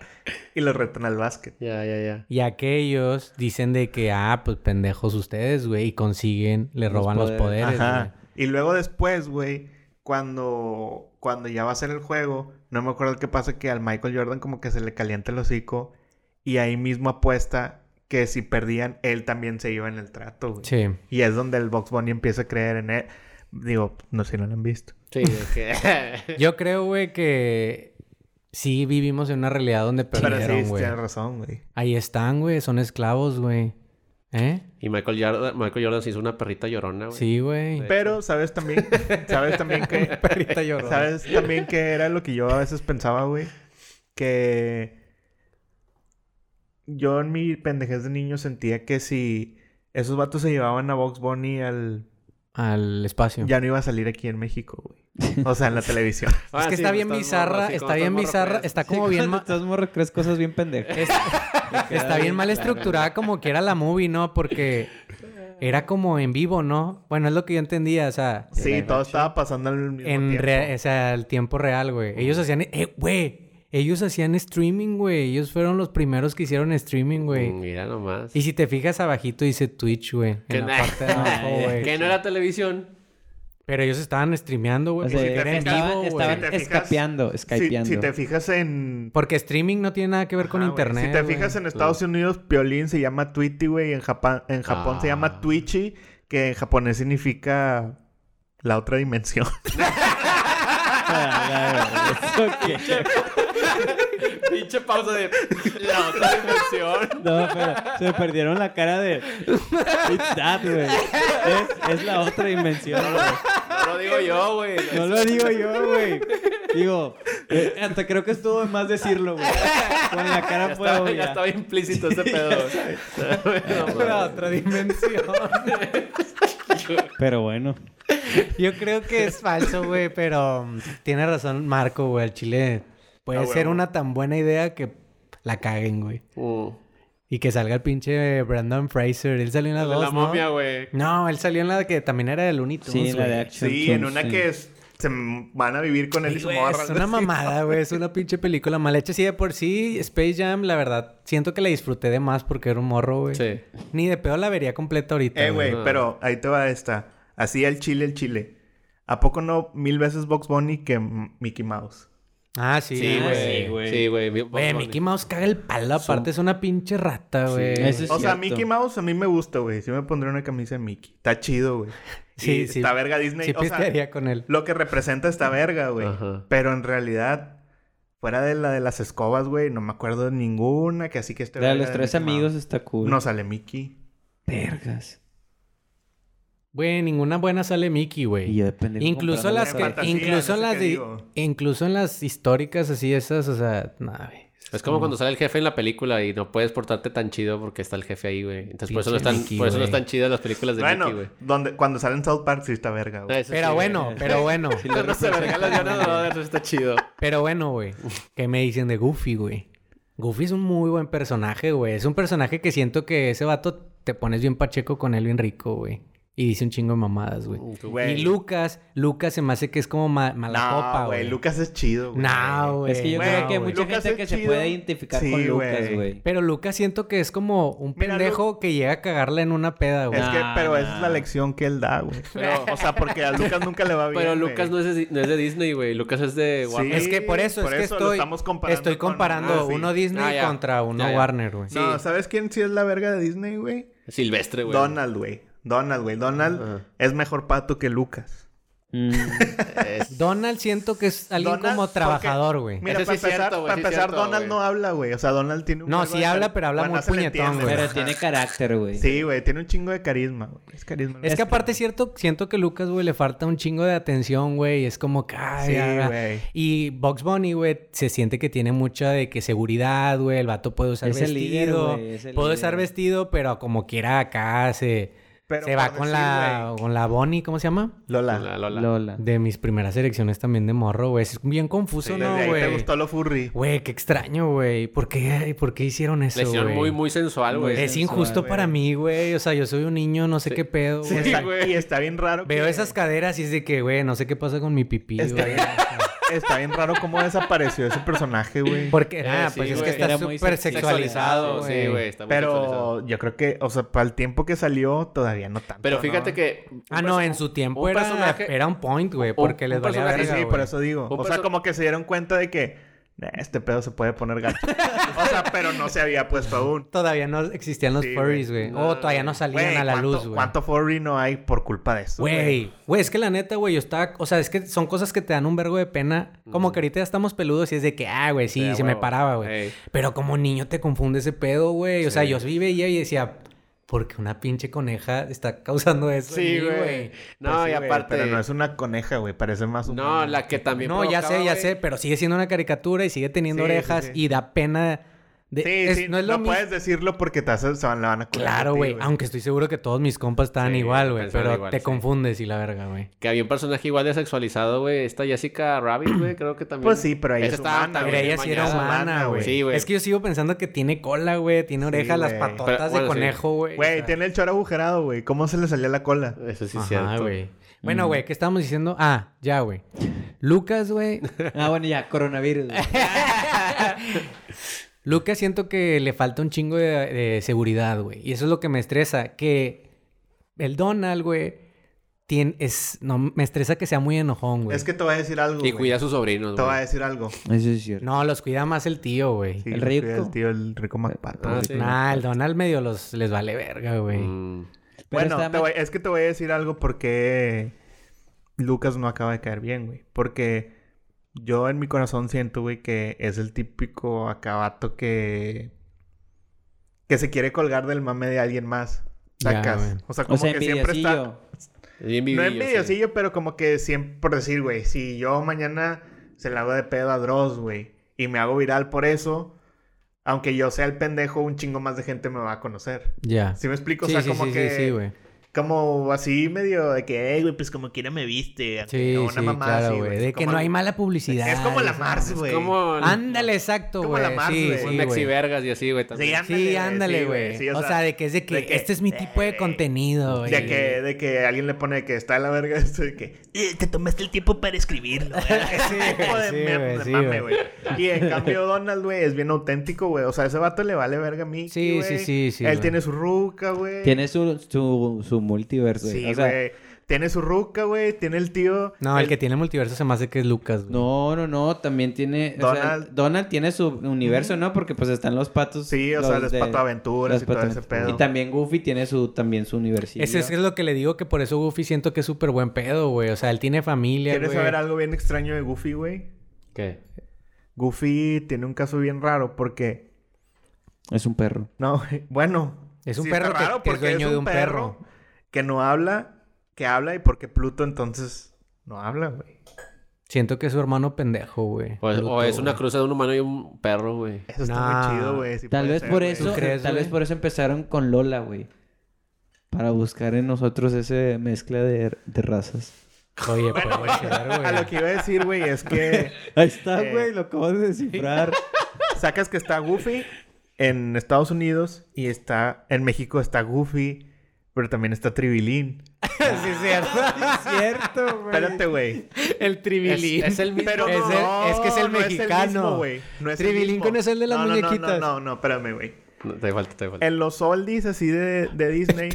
C: Y los retan al básquet.
B: ya, ya, ya.
A: Y aquellos dicen de que, ah, pues pendejos ustedes, güey, y consiguen, le
D: Los
A: roban los
D: poderes.
A: poderes.
C: Ajá.
A: güey.
C: Y luego después, güey, cuando, cuando ya va a ser el juego, no me acuerdo qué pasa que al Michael Jordan como que se le calienta el hocico y ahí mismo apuesta que si perdían, él también se iba en el trato, güey.
A: Sí.
C: Y es donde el Box Bunny empieza a creer en él. Digo, no sé si no lo han visto.
B: Sí, de que...
A: Yo creo, güey, que sí vivimos en una realidad donde
C: Pero sí,
A: perdieron, güey.
C: tienes razón, güey.
A: Ahí están, güey, son esclavos, güey. ¿Eh?
B: y Michael Jordan, Michael Jordan se hizo una perrita llorona, güey.
A: Sí, güey.
C: Pero, ¿sabes también? ¿Sabes también que
A: Perrita llorona.
C: ¿Sabes también que era lo que yo a veces pensaba, güey? Que yo en mi pendejez de niño sentía que si esos vatos se llevaban a Box Bunny al...
A: Al espacio.
C: Ya no iba a salir aquí en México, güey. O sea, en la televisión.
B: Ah,
A: es que
B: sí,
A: está
B: pues,
A: bien
B: estás
A: bizarra,
B: morro, sí,
A: está
B: cuando
A: bien
B: estás morro,
A: bizarra,
B: pues,
A: está
D: Sí,
A: como bien...
D: cuando
A: ma-
D: Estás morro, crees cosas bien pendejas.
A: es- está bien mal estructurada como que era la movie, ¿no? Porque era como en vivo, ¿no? Bueno, es lo que yo entendía, o sea...
C: Sí, todo estaba pasando al mismo
A: En
C: tiempo.
A: rea- o sea, el tiempo real, güey. Ellos hacían... eh, güey! Ellos hacían streaming, güey. Ellos fueron los primeros que hicieron streaming, este, güey.
B: Mira nomás.
A: Y si te fijas abajito dice Twitch, güey.
B: Mm. Que
A: En la
B: na-
A: parte de abajo, güey.
B: Que no era televisión.
A: Pero ellos estaban streameando, güey.
D: O sea,
A: porque era en
D: estaban,
A: vivo, güey.
D: estaban
C: Si te fijas-
D: escapeando,
C: Si,
D: skypeando.
C: si te fijas en...
A: Porque streaming no tiene nada que ver con
C: Ajá, güey.
A: internet.
C: Si te
A: güey.
C: fijas en Estados Unidos, Piolín se llama Twitty, güey. y En Japón, en Japón se llama
B: Ah.
C: Twitchy, que en japonés significa la otra dimensión.
D: Ah, la verdad, eso qué.
B: Pinche pausa de la otra dimensión.
D: No, pero se perdieron la cara de. It's that, güey. Es, es la otra dimensión, güey.
B: No lo digo yo, güey.
D: No lo digo yo, güey. Digo, eh, hasta creo que estuvo de más decirlo, güey. Con la cara
B: Ya
A: pues,
D: fue
B: estaba, ya
D: obvia.
B: estaba implícito ese pedo. No,
A: La otra dimensión.
D: Pero bueno.
A: Yo creo que es falso, güey, pero mm, tiene razón Marco, güey. El chile puede
C: Ah,
A: ser
C: huevo.
A: una tan buena idea que la caguen, güey.
B: Mm.
A: Y que salga el pinche Brandon Fraser. Él salió en la
B: El de
A: dos,
B: la
A: ¿no?
B: momia, güey.
A: No, él salió en la que también era de Looney Tunes,
D: Sí, la de
A: güey.
D: Action.
C: Sí, en una que es- se m- van a vivir con él y
A: Sí,
C: su
A: güey,
C: morra.
A: es una mamada, güey. Es una pinche película mal hecha. Sí, de por sí, Space Jam, la verdad, siento que la disfruté de más porque era un morro, güey.
B: Sí.
A: Ni de pedo la vería completa ahorita.
C: Eh, güey,
B: Ah.
C: pero ahí te va esta. Así el chile, el chile. ¿A poco no mil veces Box Bunny que M- Mickey Mouse?
A: Ah, sí,
B: Sí,
A: güey.
D: sí,
B: güey.
D: güey.
B: Sí, güey. Mi-
A: Güey,
B: Bob
A: Mickey Mouse caga el palo. Aparte, es una pinche rata, güey.
D: ese es-
C: O sea,
D: Cierto.
C: Mickey Mouse a mí me gusta, güey. Sí me pondría una camisa de Mickey. Está chido, güey.
A: Sí,
C: Y
A: sí.
C: Está verga Disney.
A: Sí,
C: o sea,
A: pistearía con él.
C: lo que representa esta verga, güey.
B: Ajá.
C: Pero en realidad, fuera de la de las escobas, güey, no me acuerdo de ninguna que así que esté
D: La de
C: verga
D: los tres
C: Mickey
D: amigos
C: Mouse.
D: está cool.
C: este, No sale Mickey.
D: Vergas.
A: Güey, ninguna buena sale Mickey, güey.
D: Y yo de pendejo
A: Incluso
D: comprando
A: las
C: la
A: que...
C: fantasía, no
A: incluso
C: sé
A: las
C: qué
A: de...
C: digo.
A: Incluso en las históricas así esas, o sea... Nada, güey.
B: Es como cuando sale el jefe en la película y no puedes portarte tan chido porque está el jefe ahí, güey. Entonces, por eso, no
A: Pinche
B: están,
A: Mickey,
B: por eso no
A: güey.
B: están chidas las películas de
C: Bueno,
B: Mickey, güey.
C: donde, cuando sale en South Park sí está verga, güey.
B: Ah, Eso
A: Pero
B: sí, güey.
A: bueno, pero bueno.
B: Cuando se verga las Jonas Brothers, está chido.
A: Pero bueno, güey. ¿Qué me dicen de Goofy, güey? Goofy es un muy buen personaje, güey. Es un personaje que siento que ese vato te pones bien pacheco con él bien rico, güey. Y dice un chingo de mamadas, güey.
C: Güey.
A: Y Lucas, Lucas se me hace que es como ma- mala
C: Uh, No,
A: copa,
C: güey.
A: güey.
C: Lucas es chido, güey.
A: No, güey.
D: Es que yo
A: no,
D: creo que hay
A: güey.
D: mucha
C: Lucas
D: gente
C: es
D: que se
C: chido.
D: puede identificar
C: Sí,
D: con Lucas,
C: güey.
D: güey.
A: Pero Lucas siento que es como un
C: Mira, Lu-
A: pendejo que llega a cagarla en una peda, güey.
C: Es que,
D: Nah,
C: pero
D: nah.
C: esa es la lección que él da, güey. o sea, porque a Lucas nunca le va bien.
B: Pero Lucas no es, de, no es de Disney, güey. Lucas es de
C: Sí.
B: Warner.
A: Ah. Es que por eso,
C: por
A: es que
C: eso lo
A: estoy,
C: estamos comparando
A: estoy
C: con-
A: comparando
C: Ah, sí.
A: uno Disney
B: Ah, ya.
A: contra uno
B: Ya, ya.
A: Warner, güey.
B: Sí.
C: No, ¿sabes quién sí es la verga de Disney, güey?
B: Silvestre, güey.
C: Donald, güey. Donald, güey. Donald
B: Ajá.
C: es mejor pato que Lucas.
D: Mm,
B: Es-
A: Donald siento que es alguien
C: Donald,
A: como
C: porque-
A: trabajador, güey.
C: Mira,
B: Eso sí
C: para
B: es
C: empezar,
B: cierto, güey,
C: para
B: sí es
C: empezar
B: cierto,
C: Donald
B: güey.
C: no habla, güey. O sea, Donald tiene un
A: No,
C: vergo
A: sí
C: de
A: habla,
C: cari-
A: pero habla
C: Bueno,
A: muy
C: se le
A: puñetón,
C: entiende,
A: güey.
D: pero
C: Ajá.
D: tiene carácter, güey.
C: Sí, güey, tiene un chingo de carisma, güey. Es carisma.
A: Es que aparte es cierto, siento que Lucas, güey, le falta un chingo de atención, güey. Es como que... ay,
C: Sí,
A: ah, ah.
C: güey.
A: Y Box Bunny, güey, se siente que tiene mucha de que seguridad, güey. El vato puede usar
D: Es el
A: vestido.
D: líder, güey, es el
A: puede
D: líder.
A: usar vestido, pero como quiera acá se...
C: Pero
A: se va
C: por
A: con,
C: decir,
A: la, con la Bonnie, ¿cómo se llama?
C: güey, Lola.
B: Lola, Lola.
D: Lola.
A: De mis primeras elecciones también de morro, güey. Es bien
B: Sí,
A: confuso,
B: desde
A: ¿no,
C: Desde ahí
A: Pues güey?
C: te gustó lo furry.
A: Güey, qué extraño, güey. ¿Por qué, ¿Por qué hicieron eso,
B: Le hicieron
A: güey?
B: muy, muy sensual, güey.
A: Es
D: sensual,
A: injusto
C: güey.
A: para mí, güey. O sea, yo soy un niño, no sé qué pedo,
C: Sí,
A: güey.
C: está-
B: güey.
C: y está bien raro.
A: Veo
C: que-
A: esas caderas y es de que, güey, no sé qué pasa con mi pipí,
C: Está-
A: güey.
C: Está bien raro cómo desapareció ese personaje, güey.
A: Porque,
B: Eh,
A: ah, pues
B: sí,
A: es
B: güey.
A: que está
D: Era muy
A: súper sexualizado,
B: Sexualizado, sí, güey. está muy sexualizado.
C: Pero yo creo que, o sea, para el tiempo que salió, todavía no tanto.
B: Pero fíjate
C: ¿no?
B: que...
A: Ah, no, en su tiempo
B: un
A: era,
B: personaje-
A: era un point, güey, porque les
B: un
A: valía
B: personaje,
C: Sí,
A: verga,
C: sí,
A: güey.
C: por eso digo.
B: Un
C: O sea,
B: perso-
C: como que se dieron cuenta de que "Nah, este pedo se puede poner gato. o sea, pero no se había puesto aún.
A: Todavía no existían los
C: Sí,
A: furries, güey.
B: No,
A: o todavía no salían
C: Güey,
A: a la
C: ¿cuánto-
A: luz, güey.
C: ¿Cuánto furry no hay por culpa de eso?
A: Güey, güey, es que la neta, güey, yo estaba... O sea, es que son cosas que te dan un vergo de pena. Como que ahorita ya estamos peludos y es de que, ah, güey, sí,
B: Sí, a
A: se me
B: huevo.
A: paraba, güey.
B: Ey.
A: Pero como niño te confunde ese pedo, güey. O sea, yo sí veía y decía, porque una pinche coneja está causando eso. en
B: Sí,
A: mí,
B: güey. No,
C: Pues sí,
B: y
C: güey,
B: aparte...
C: Pero no es una coneja, güey. Parece más un.
B: No, la que también
A: No, ya sé,
B: provocaba,
A: ya
B: güey.
A: sé, pero sigue siendo una caricatura y sigue teniendo
C: Sí, sí,
A: orejas
C: sí.
A: y da pena. De...
C: Sí,
A: es-
C: sí,
A: no
C: no,
A: es lo mismo.
C: puedes decirlo porque te hace- se van, la van a curar.
A: Claro, güey. Aunque estoy seguro que todos mis compas estaban
B: Sí,
A: igual, güey.
B: pensaban
A: Pero
B: igual,
A: te
B: sí.
A: confundes y la verga, güey.
B: Que había un personaje igual de sexualizado, güey. Esta Jessica Rabbit, güey, creo que también.
C: Pues sí, pero ahí
B: Esa
C: es
B: estaba
C: humana,
B: también
A: Pero
C: güey,
A: ella sí era
B: mañosa.
A: humana, güey.
B: Sí, güey.
A: es que yo sigo pensando que tiene cola, güey. Tiene orejas, las
C: güey.
A: patotas
B: Pero, bueno,
A: de
B: sí.
A: conejo, güey. o
C: Güey,
A: sea.
C: tiene el chor agujerado, güey. ¿Cómo se le salía la cola?
B: Eso sí es
A: Ajá,
B: cierto.
A: güey. Bueno,
D: Mm.
A: güey, ¿qué estábamos diciendo? Ah, ya, güey. Lucas, güey.
D: Ah, bueno, ya, coronavirus. güey.
A: Lucas siento que le falta un chingo de, de seguridad, güey. Y eso es lo que me estresa. Que el Donald, güey, tiene, es, no, me estresa que sea muy enojón, güey.
C: Es que te voy a decir algo.
B: Y
C: güey.
B: cuida a sus sobrinos,
C: Te voy a
B: güey.
C: decir algo. Sí,
D: Eso es cierto.
A: No, los cuida más el tío, güey.
D: El
C: lo cuida
D: rico.
C: El tío, el rico MacPato.
B: Ah,
C: güey.
B: sí.
A: Nah, el Donald medio los, les vale verga, güey.
B: Mm.
D: Pero
C: bueno,
D: está
C: te
D: ma-
C: voy- es que te voy a decir algo porque Lucas no acaba de caer bien, güey. Porque yo en mi corazón siento, güey, que es el típico acabato que... Que se quiere colgar del mame de alguien más.
A: Ya,
C: Sacas.
A: güey.
C: o sea, como
D: O sea,
C: que siempre está...
D: envidiosillo.
B: Es bien vivillo,
C: No es envidiosillo, pero como que siempre, por decir, güey, si yo mañana se la hago de pedo a Dross, güey, y me hago viral por eso, aunque yo sea el pendejo, un chingo más de gente me va a conocer.
A: Ya.
C: ¿Sí me explico?
A: Sí,
C: o sea,
A: sí,
C: como
A: sí,
C: que.
A: sí, sí, güey.
C: como así medio de que, "Ey, güey, pues como quiera me viste.
A: Sí,
C: aunque no,
A: sí, claro, güey. De que
C: Como
A: no
C: la-
A: hay mala publicidad.
C: Es como la
A: esa
C: Mars,
B: sí.
C: güey.
B: Como
A: Ándale, exacto,
C: Como
A: güey.
C: la Mars,
A: sí,
C: güey.
A: sí,
B: Un
C: Un
A: güey.
B: mexivergas y así, güey. también.
A: Sí, ándale, güey.
C: sí,
A: o, sea, de que es de que, este es mi tipo
C: "Eh,
A: de
C: güey".
A: contenido, güey.
C: De que, de que alguien le pone que está en la verga esto de que "Eh, te tomaste el tiempo para escribirlo. güey". Ese tipo de,
A: sí,
C: mer-
A: güey,
C: de
A: sí, güey.
C: mame, güey. Y en cambio Donald, güey, es bien auténtico, güey. O sea, ese vato le vale verga a mí.
A: Sí, sí, sí, sí,
C: Él
A: güey.
C: tiene su ruca, güey.
D: Tiene su, su, su multiverso.
C: Sí, güey.
D: güey. o sea,
C: Tiene su ruca, güey. Tiene el tío.
A: No, el, que tiene el multiverso se me hace que es Lucas, güey.
D: No, no, no, también tiene... o sea,
C: Donald.
D: Donald tiene su universo, ¿no? Porque pues están los patos...
C: Sí, o
D: los
C: sea, los patoaventuras
D: los
C: y todo ese
D: patoaventuras.
C: pedo.
D: Y también Goofy tiene su, también su universidad.
A: Ese es, es lo que le digo que por eso Goofy siento que es súper buen pedo, güey. O sea, él tiene familia,
C: ¿Quieres
A: güey.
C: saber algo bien extraño de Goofy, güey?
B: ¿Qué?
C: Goofy tiene un caso bien raro porque.
D: un perro.
C: No, güey, bueno.
A: Es un
C: está
A: perro que- que es dueño de un perro.
C: Que no habla, que habla y porque Pluto entonces no habla, güey.
A: Siento que es su hermano pendejo, güey.
B: O es,
A: Pluto,
B: o es una
A: güey.
B: cruza de un humano y un perro, güey.
C: Eso está
A: Nah.
C: muy chido, güey. sí
D: Tal
C: puede
D: vez
C: ser,
D: por
C: güey.
D: eso... eh,
A: crees,
D: tal
A: güey?
D: vez por eso empezaron con Lola, güey. Para buscar en nosotros esa mezcla de, de razas.
A: Oye, puede ser,
C: A lo
A: güey.
C: que iba a decir, güey, es que
D: Ahí está,
C: Eh.
D: güey, lo acabas de descifrar.
C: sacas que está Goofy en Estados Unidos y está. En México está Goofy, pero también está Tribilín.
A: sí, es cierto.
D: Cierto, güey.
C: Espérate, güey.
A: El tribilín.
B: Es- es el mismo.
C: Pero
A: Es
C: no,
A: el- es que es el
C: no
A: mexicano.
C: mismo, güey. No es el
A: Trivilín
C: mismo.
A: con ese el de las
C: No, no, no,
A: muñequitas.
C: No, no, no, espérame, güey.
B: No, te falta, te falta.
C: En los oldies así de, de Disney.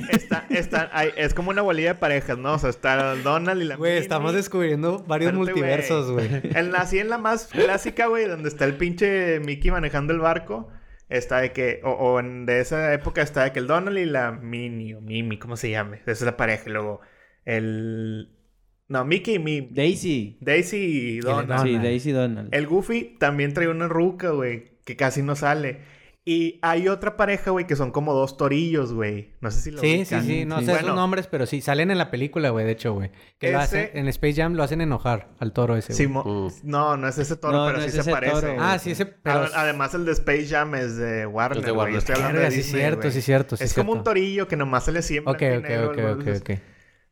C: está, está, hay- es como una bolilla de parejas, ¿no? O sea, está Donald y la
A: Güey,
C: Minnie.
A: estamos descubriendo varios
C: Espérate,
A: multiversos, güey.
C: En la, así en la más clásica, güey, donde está el pinche Mickey manejando el barco. Está de que, o, o en, de esa época está de que el Donald y la Minnie o Mimi, ¿cómo se llame? Esa es la pareja. Y luego el, No, Mickey y Mi-
D: Daisy.
C: Daisy y Donald.
A: Donald.
D: Sí, Daisy Donald.
C: El Goofy también trae una ruca, güey, que casi no sale. Y hay otra pareja, güey, que son como dos torillos, güey. No sé si lo
A: Sí, sí,
C: ubican.
A: sí. No sé
C: Bueno,
A: esos nombres, pero sí. Salen en la película, güey, de hecho, güey. Que lo
C: Ese-
A: hacen, en Space Jam lo hacen enojar al toro ese, güey.
C: Simo-
B: Mm.
C: No, no es ese toro,
D: No,
C: pero
D: no
C: sí
D: es
C: se
D: ese
C: parece.
D: toro,
C: güey.
A: Ah, sí, ese... Pero...
C: Ad- Además, el de Space Jam es de Warner.
B: Es de
C: güey.
B: Warner.
C: Yo Estoy hablando
A: Verga,
C: de
A: sí,
C: Disney,
A: cierto,
C: güey.
A: sí, cierto, sí,
C: es como un
A: cierto.
C: torillo que nomás se le siembra.
A: Ok, ok, ok, ok, ok.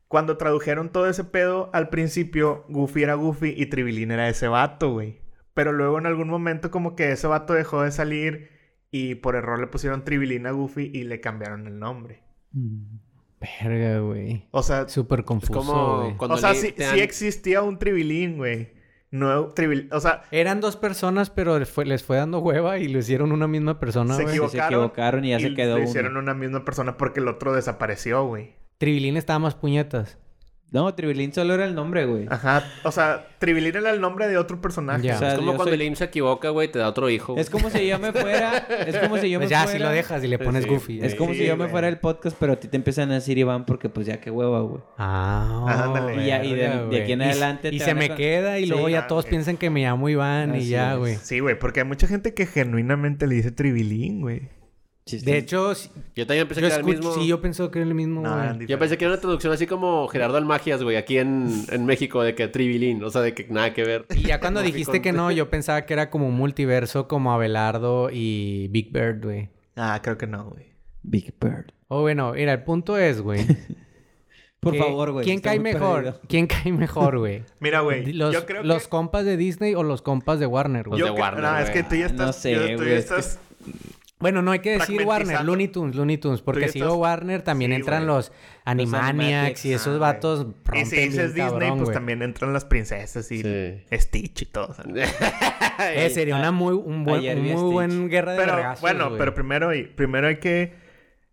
C: Cuando tradujeron todo ese pedo, al principio Goofy era Goofy y Tribilín era ese vato, güey. Pero luego en algún momento como que ese vato dejó de salir y por error le pusieron Tribilín a Goofy y le cambiaron el nombre.
A: Verga, güey.
C: O sea,
A: Súper
B: Es
A: confuso,
B: como
A: güey.
B: cuando
C: o sea
B: le-
C: sí,
B: te
C: sí
B: dan-
C: existía un Tribilín, güey. No, Tribil- O sea,
A: Eran dos personas, pero les fue, les fue dando hueva y lo hicieron una misma persona,
C: Se
A: güey.
C: equivocó.
D: Se equivocaron y ya se quedó
C: le
D: uno.
C: hicieron una misma persona porque el otro desapareció, güey.
A: Tribilín estaba más puñetas.
D: No, Tribilín solo era el nombre, güey.
C: Ajá. O sea, Tribilín era el nombre de otro personaje.
A: Ya.
D: O
B: Es
D: sea,
B: como
D: yo
B: cuando
D: soy-
B: el IMSS se equivoca, güey, te da otro hijo.
D: Es como si yo me fuera. Es como si yo me
A: Pues ya,
D: fuera.
A: si lo dejas y le pones
B: Sí.
A: Goofy.
D: Es
A: güey.
D: como
C: Sí,
D: si yo me
C: güey.
D: fuera el podcast, pero a ti te empiezan a decir Iván porque pues ya qué hueva, güey.
A: Ah,
C: Ah, ándale.
D: Y, ya, y de,
A: verga,
D: de
A: güey.
D: aquí en
A: Y s-
D: adelante...
A: Y,
D: te
A: se
D: van a
A: me
D: con-
A: queda y
D: Sí.
A: luego
C: Ah,
A: ya todos
C: güey.
A: piensan que me llamo Iván y
D: Así
A: ya,
D: es.
A: güey.
C: Sí, güey, porque hay mucha gente que genuinamente le dice Tribilín, güey.
D: Chistes.
A: De hecho, si-
B: Yo también pensé
A: yo
B: que era el
A: escucho-
B: mismo.
A: sí, yo pensé que era el mismo,
C: No,
A: güey.
C: eran
B: Yo pensé que era una traducción así como Gerardo Almagias, güey, aquí en, en México, de que tribilín, o sea, de que nada que ver.
A: Y ya cuando dijiste que no, yo pensaba que era como un multiverso como Abelardo y Big Bird, güey.
C: Ah, creo que no, güey.
D: Big Bird.
A: O bueno, mira, el punto es, güey.
D: Por
A: que-
D: favor, güey.
A: ¿Quién
D: está
A: cae
D: muy
A: mejor?
D: perdido.
A: ¿Quién cae mejor, güey?
C: Mira, güey.
A: Los,
C: Yo creo
A: los
C: que...
A: compas de Disney o los compas de Warner, güey.
B: Los
C: yo
B: de
C: cre-
B: Warner,
C: No, es
B: güey.
C: que tú ya
D: Ah, no
C: estás...
D: sé,
C: yo- tú
D: güey,
C: ya
D: es que
C: estás...
A: Bueno, no hay que decir Warner,
C: Fragmentizando.
A: Looney Tunes, Looney Tunes, porque
C: Tú
A: si
C: ya
A: digo
C: estás-
A: Warner también
C: Sí,
A: entran
C: güey.
A: los Animaniacs
D: Animaniacs,
A: y esos
C: ah,
A: vatos.
C: Y
A: rompen
C: si
A: bien
C: dices Disney,
A: cabrón,
C: pues
A: güey.
C: también entran las princesas y
B: Sí.
C: Stitch y todo. o sea.
A: Eh, sería una muy, un buen,
D: Ayer
A: un
D: vi
A: muy
D: Stitch.
A: buen guerra de
C: Pero,
A: vergazos,
C: bueno,
A: güey.
C: pero primero, y- primero hay que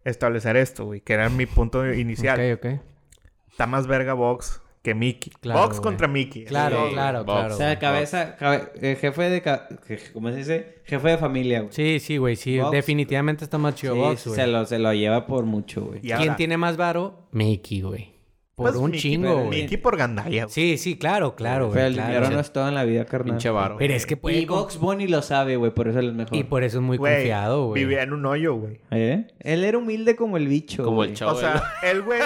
C: establecer esto, güey, que era mi punto inicial.
A: Ok, ok.
C: Está más verga Vox que Mickey.
A: Claro,
C: Vox
A: güey.
C: contra Mickey.
A: Claro,
B: Sí,
A: claro,
B: Bob.
A: claro.
D: O
A: güey.
D: sea, cabeza... cabe- eh, jefe de... ca- je- ¿Cómo se dice? Jefe de familia, güey.
A: Sí, sí, güey, sí.
D: Box.
A: Definitivamente está más chido
D: Sí,
A: Box, güey.
D: se, lo, se lo lleva por mucho, güey.
C: Y
A: ¿Quién
C: ahora-
A: tiene más varo? Mickey, güey. Por
C: Pues,
A: un
C: Mickey,
A: chingo,
D: pero
A: güey.
C: Mickey por Gandaya, güey.
A: Sí, sí, claro, claro, güey.
D: Pero el
A: claro.
D: dinero no es todo en la vida, carnal.
B: Pinche varo.
A: Pero es que puede
D: y
A: con-
D: Box Bunny lo sabe, güey, por eso él es mejor.
A: Y por eso es muy
C: Güey,
A: confiado, güey.
C: Vivía en un hoyo, güey.
D: ¿Eh? Él era humilde como el bicho.
B: Como el
D: güey.
B: chavo.
C: O sea, el güey.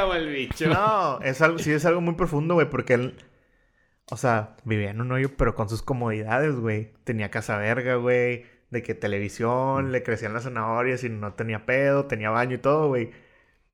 B: Como el bicho.
C: No, es algo, sí es algo muy profundo, güey, porque él. O sea, vivía en un hoyo, pero con sus comodidades, güey. Tenía casa verga, güey. De que televisión, le crecían las zanahorias y no tenía pedo, tenía baño y todo, güey.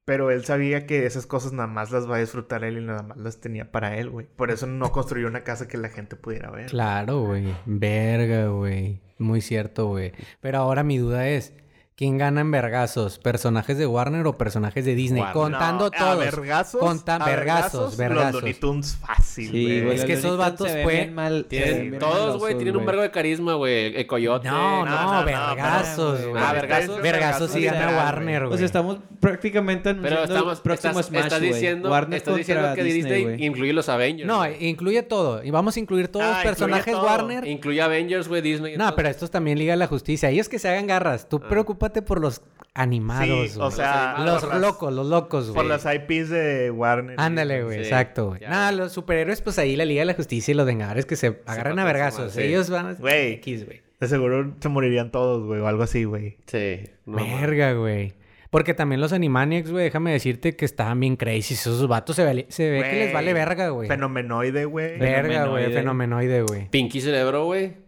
C: Pero él sabía que esas cosas nada más las va a disfrutar él y nada más las tenía para él, güey. Por eso no construyó una casa que la gente pudiera ver.
A: Claro, güey. Verga, güey. Muy cierto, güey. Pero ahora mi duda es, ¿quién gana en vergazos? ¿Personajes de Warner o personajes de Disney?
B: Warner.
A: Contando
C: Ah, No, A
A: todos.
C: vergazos.
A: Conta-
C: a
A: vergazos,
C: Los
A: vergazos.
C: Looney Tunes fácil,
D: Sí,
C: güey.
D: güey.
A: Es
D: los
A: que esos
D: Looney Tunes
A: vatos,
D: se ven
A: güey,
D: bien mal- se ven
B: Tienen-
D: bien
B: todos,
D: malosos,
B: güey, tienen un vergo de carisma, güey. El coyote.
A: No,
C: no,
A: no,
C: no,
A: vergazos,
C: no,
A: güey.
B: Ah, vergazos.
A: Vergazos sí
D: O sea,
A: gana Warner, güey.
D: O sea, estamos prácticamente anunciando
B: Pero estamos.
D: el próximo
B: estás,
D: Smash,
B: estás
D: güey.
B: diciendo,
D: Warner
B: estás diciendo
D: contra
B: que
D: Disney,
B: Disney,
D: güey.
B: incluye los Avengers.
A: No,
B: güey.
A: incluye todo. Y vamos a incluir todos los
C: Ah, incluye
A: personajes
C: todo.
A: Warner.
B: incluye Avengers, güey, Disney.
A: eh, No, pero estos también Liga de la Justicia. Ellos que se hagan garras. Tú preocúpate por los animados,
C: Ah. Sí, o
A: güey.
C: sea,
A: los
C: por las-
A: locos, los locos, güey.
C: Por las IPs de Warner.
A: Ándale, güey,
B: Sí,
A: exacto, güey.
B: ya,
A: Nada,
B: güey.
A: los superhéroes, pues ahí la Liga de la Justicia y los Vengadores que se agarran a
B: parten su
A: vergazos.
B: madre, sí.
A: Ellos van a...
C: Güey.
A: X, güey.
C: De seguro se morirían todos, güey, o algo así, güey.
B: Sí. no,
A: Verga, güey. Porque también los Animaniacs, güey, déjame decirte que estaban bien crazy. Esos vatos se ve, se ve que les
C: Güey.
A: vale verga, güey.
C: Fenomenoide, güey.
A: Verga, güey,
D: fenomenoide.
A: fenomenoide, güey.
B: Pinky Cerebro, güey.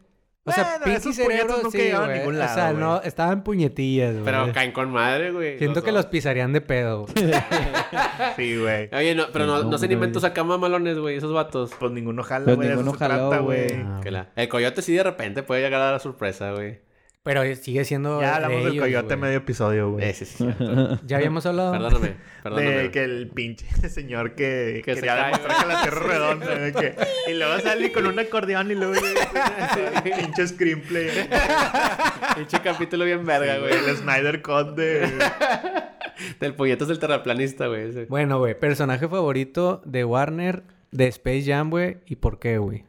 A: O sea,
C: Bueno,
A: Pinky
C: esos
A: Cerebro,
C: puñetos nunca
A: sí,
C: llegaban a
A: güey.
C: ningún
A: o
C: lado,
A: sea, no,
C: güey.
A: estaban puñetillas, güey.
B: Pero caen con madre, güey.
A: Siento que
B: dos.
A: los pisarían de pedo. güey.
C: Sí, güey.
B: Oye, no, pero no, no hacen inventos acá mamalones, güey, esos vatos.
C: Pues ninguno jala,
D: Pues
C: güey. de eso
D: ninguno
C: se
D: jaló,
C: trata,
D: güey.
C: güey.
A: Ah,
B: Que la- El coyote sí de repente puede llegar a dar sorpresa, güey.
A: Pero sigue siendo.
C: Ya hablamos
A: de
C: del
A: ellos,
C: coyote
A: güey.
C: medio episodio, güey.
B: Ese sí. Ah, es cierto.
A: Ya habíamos hablado.
B: Perdóname, perdóname.
C: De que el pinche señor que,
B: Que se
C: quería
B: cae,
C: demostrar que la tierra es redonda. de que- Y luego sale con un acordeón y luego... pinche screenplay.
B: Pinche capítulo bien verga, güey.
C: El Snyder Cut de...
B: Del puñetas del terraplanista, güey. ese.
A: Bueno, güey, personaje favorito de Warner, de Space Jam, güey. ¿Y por qué, güey?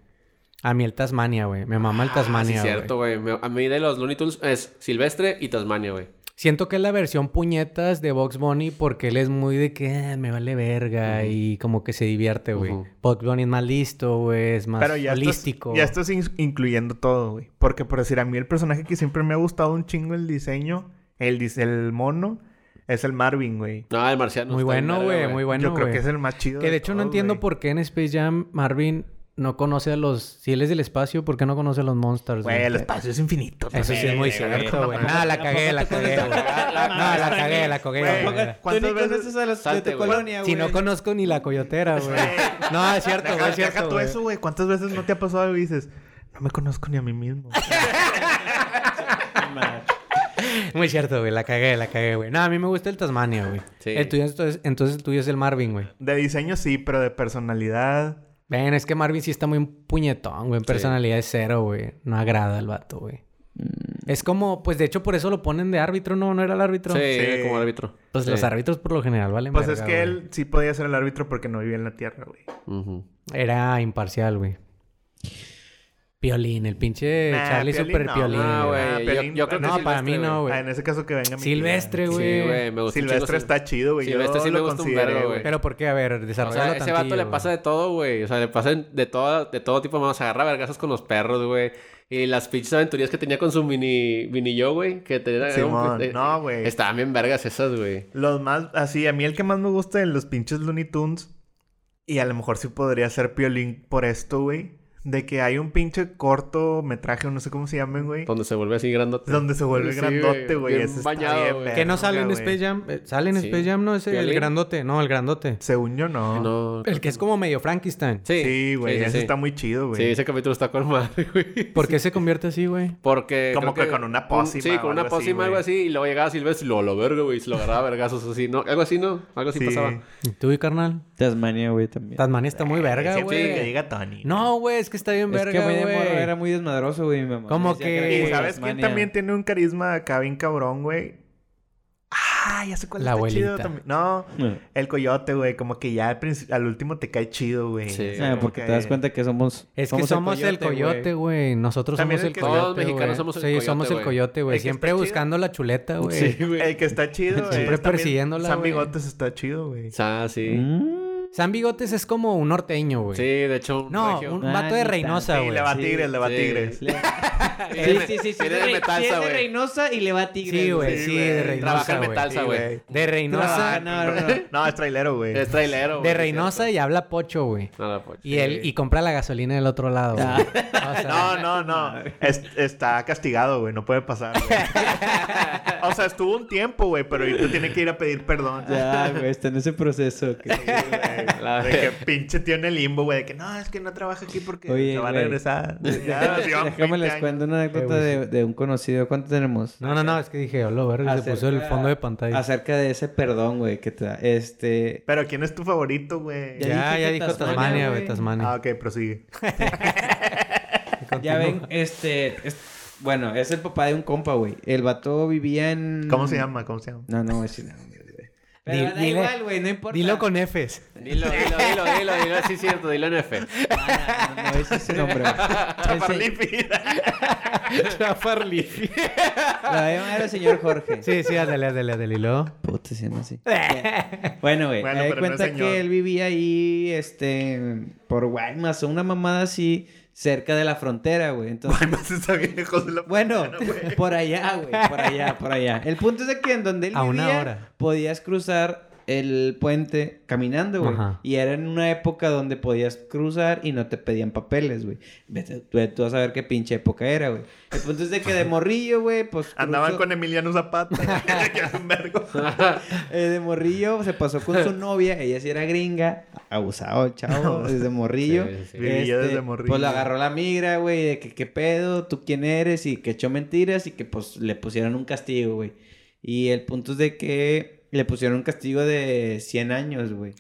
A: A mí el Tasmania, güey. Me mama el
B: Ah, sí,
A: Tasmania, güey.
B: cierto, güey. Me- A mí de los Looney Tunes es Silvestre y Tasmania, güey.
A: Siento que es la versión puñetas de Box Bunny porque él es muy de que "Ah, me vale verga y como que se divierte, güey.
B: Ujú.
A: Box Bunny es más listo, güey, es más
C: Pero ya
A: holístico.
C: estás, ya estás in- incluyendo todo, güey. Porque por decir, a mí el personaje que siempre me ha gustado un chingo el diseño, el, dis- el mono, es el Marvin, güey.
B: No, el marciano.
A: Muy
B: está bien
A: bueno,
B: verga,
A: güey, muy bueno.
C: Yo creo
A: güey.
C: que es el más chido.
A: Que de hecho no
C: todos,
A: entiendo
C: güey.
A: por qué en Space Jam Marvin no conoce a los... Si él es del espacio, ¿por qué no conoce a los Monsters?
C: Güey, el espacio es infinito.
A: Eso sí es muy cierto, güey. Nada, la cagué, la cagué. güey. No, la cagué, la cagué.
C: Güey,
A: la cagué.
C: ¿Cuántas veces?
D: conoces a los
B: Salte,
D: de tu
B: güey.
D: colonia, güey?
A: Si no conozco ni la coyotera, güey. No, es cierto, güey,
C: Deja,
A: es cierto,
C: deja tú
A: güey.
C: eso, güey. ¿Cuántas veces no te ha pasado y dices, no me conozco ni a mí mismo?
A: Muy cierto, güey. La cagué, la cagué, güey. No, a mí me gusta el Tasmania, güey.
B: Sí.
A: El tuyo, entonces, entonces el tuyo es el Marvin, güey.
C: De diseño sí, pero de personalidad.
A: Ven, es que Marvin sí está muy puñetón, güey. En Personalidad es cero, güey. No agrada al vato, güey.
B: Mm.
A: Es como, pues de hecho por eso lo ponen de árbitro, ¿no? No era el árbitro.
B: Sí, era
C: Sí.
B: como árbitro.
A: Pues
B: Sí.
A: los árbitros por lo general valen
C: Pues
A: verga,
C: es que
A: güey.
C: él sí podía ser el árbitro porque no vivía en la tierra, güey.
B: Ujú.
A: Era imparcial, güey. Piolín, el pinche
C: Nah,
A: Charlie
C: Piolín
A: super
C: no.
A: piolín.
B: No,
A: güey.
B: Ah, güey. yo,
C: Ah, Pelín,
B: yo creo que
A: No, para
B: Silvestre,
A: mí no,
C: Ah,
A: güey.
C: en ese caso que venga mi
A: Silvestre,
C: tía.
B: Sí,
A: güey.
B: güey, me gusta un
C: Silvestre
B: chingo Sil-
C: está chido, güey.
B: Silvestre
C: Silvestre
B: sí
C: sí
B: me
C: lo
B: gusta un
C: consideré,
B: vergo,
C: güey.
A: Pero porque, a ver,
B: O
A: desarrolla
B: sea, ese vato le pasa de todo, güey. O sea, le pasa de todo, de todo tipo. Vamos, agarra vergazos con los perros, güey. Y las pinches aventurías que tenía con su mini, mini yo, güey. Que tenía...
C: Simón,
B: eh,
C: no, güey.
B: Estaban bien vergas esas, güey.
C: Los más, así, a mí el que más me gusta de los pinches Looney Tunes, y a lo mejor sí podría ser Piolín por esto, güey, de que hay un pinche cortometraje, o no sé cómo se llamen, güey,
B: Donde se vuelve así grandote.
C: donde se vuelve
B: Sí,
C: grandote, güey.
B: bien
C: ese está
B: bañado,
C: bien
B: güey.
C: verga,
A: Que no sale en
C: güey.
A: Space Jam. Eh, Sale en
B: Sí.
A: Space Jam, no, ese el
B: Piolín.
A: grandote. No, el grandote.
C: Según yo, no.
B: No.
A: El que es como medio Frankenstein.
B: Sí,
C: Sí, güey,
B: sí, sí,
C: ese
B: sí.
C: está muy chido, güey.
B: Sí, ese capítulo está con madre, güey.
A: ¿Por qué se convierte así, güey?
B: Porque.
C: Como
B: creo
C: que con una
B: un-
C: pócima
B: Sí,
C: o
B: con una
C: algo así,
B: pócima, algo
C: güey.
B: así. Y luego llegaba Silvestre y lo, lo verga, güey. y Se lo agarraba a vergazos así, ¿no? Algo así, ¿no? Algo así
C: Sí.
B: pasaba.
A: ¿Y ¿Tú y carnal?
D: Tasmania, güey, también.
A: Tasmania está
B: Eh,
A: muy verga,
C: Siempre que
A: güey.
C: llega Tony.
A: No, güey, es que está bien
D: Es que
A: verga,
D: güey, de
A: güey.
D: morro era muy desmadroso, güey, mi mamá.
A: Como
D: Decía
A: que-
D: era
A: Y
D: como
C: ¿Y sabes quién
D: Tasmania.
C: también tiene un carisma acá bien cabrón, güey? Ah, ya sé cuál
A: La
C: está chido
A: abuelita.
C: también. No,
D: Eh,
C: el coyote, güey. Como que ya al, princi- al último te cae chido, güey.
B: Sí.
C: O sea,
D: Ah,
C: como
D: porque
C: que-
D: te das cuenta que somos...
A: Es que somos el coyote, güey. Nosotros
C: También
A: somos
C: el
A: el
C: que-
A: coyote.
B: Todos los mexicanos
A: güey.
B: somos el
A: Sí, somos
B: coyote,
A: el
B: güey.
A: coyote,
C: El
A: güey.
C: que
A: Siempre
C: está chido.
A: buscando la chuleta, güey.
B: Sí,
C: El
B: güey.
C: que está chido, güey.
A: Siempre
C: es también-
A: persiguiéndola,
C: San
A: güey.
C: Bigotes está chido, güey.
B: Ah, sí.
D: Mm.
A: San Bigotes es como un norteño, güey.
B: Sí, de hecho. un
A: No,
B: regio.
A: un
D: Ah,
A: vato de
D: ni
A: Reynosa,
D: tanto.
C: Sí,
A: güey.
C: le va
D: sí,
C: tigres, le va
B: sí.
C: tigres.
D: Le- Sí,
B: Viene-
D: sí, sí. Si es
B: viene
D: de
B: de
D: Rey- si es
B: Metalsa,
D: de
B: güey.
D: Reynosa y le va a Tigres.
A: Sí, güey,
D: güey.
A: sí, de
B: Trabaja
A: Reynosa,
B: en
A: güey.
B: metalsa,
C: Sí,
B: güey.
C: güey.
A: De
D: Trabaja-
A: Reynosa,
D: No, no, no.
C: No, es trailero, güey.
B: Es trailero, güey.
A: de Reynosa y habla pocho, güey.
B: No, no, pues,
A: Y él,
B: sí.
A: y compra la gasolina del otro lado, güey. O sea,
C: No, no, no. Es- está castigado, güey. No puede pasar. güey. o sea, estuvo un tiempo, güey, pero ahorita tiene que ir a pedir perdón.
D: Ya, güey, está en ese proceso. que-
B: La-
C: De que pinche tío en el limbo, güey. De que no, es que no trabaja aquí porque
D: Oye,
C: se va a
D: güey.
C: regresar. Ya, sí, van
D: Déjame
C: 20
D: les
C: años.
D: cuento una anécdota de, de un conocido. ¿Cuánto tenemos?
A: Eh, No, no, no, es que dije, hola, verga, se puso el
D: Acerca-
A: fondo de pantalla.
D: Acerca de ese perdón, güey, que te da. Este.
C: Pero ¿quién es tu favorito, güey?
D: Ya
A: Ya,
D: dije
A: ya
D: que
A: dijo
D: Tasmania,
A: Tasmania, güey,
D: güey.
C: Ah,
A: Tasmania.
C: ok, prosigue.
D: Ya ven, este. es- bueno, es el papá de un compa, güey. El vato vivía en.
C: ¿Cómo se llama? ¿Cómo se llama?
D: No, no, es. Pero
A: Dil-
D: da
A: dile-
D: igual, güey, no importa.
A: Dilo con Fs.
B: Dilo, dilo, dilo, dilo, dilo. Sí, cierto, dilo en F.
D: Ah, No, no, ese es el nombre. güey. Ese-
C: Chaparlipi.
A: Chafarlifi.
D: Lo voy a llamar el señor Jorge.
A: Sí, sí, ándale, ándale, ándale. Y luego,
D: Puta, se llama así. bueno, güey,
C: Bueno,
D: me di
C: pero no
D: cuenta
C: señor.
D: que él vivía ahí, este, por Guaymas, o una mamada así, cerca de la frontera, güey. Entonces,
C: Además pues, está bien lejos de la...
D: bueno, por allá, güey, por allá, por allá. El punto es de que en donde él
A: A una
D: vivía,
A: hora.
D: podías cruzar el puente caminando, güey.
A: Ajá.
D: Y era en una época donde podías cruzar y no te pedían papeles, güey. Vete, Tú, tú vas a ver qué pinche época era, güey. El punto es de que de morrillo, güey, pues...
C: Andaban
D: cruzo-
C: con Emiliano Zapata. güey, que era un vergo.
D: eh, de morrillo se pasó con su novia, ella sí era gringa, abusado el chavo, desde morrillo.
B: Sí, sí, sí.
C: Vivía desde morrillo.
D: Pues lo agarró la migra, güey, de que qué pedo, tú quién eres, y que echó mentiras y que pues le pusieron un castigo, güey. Y el punto es de que le pusieron un castigo de 100 años, güey.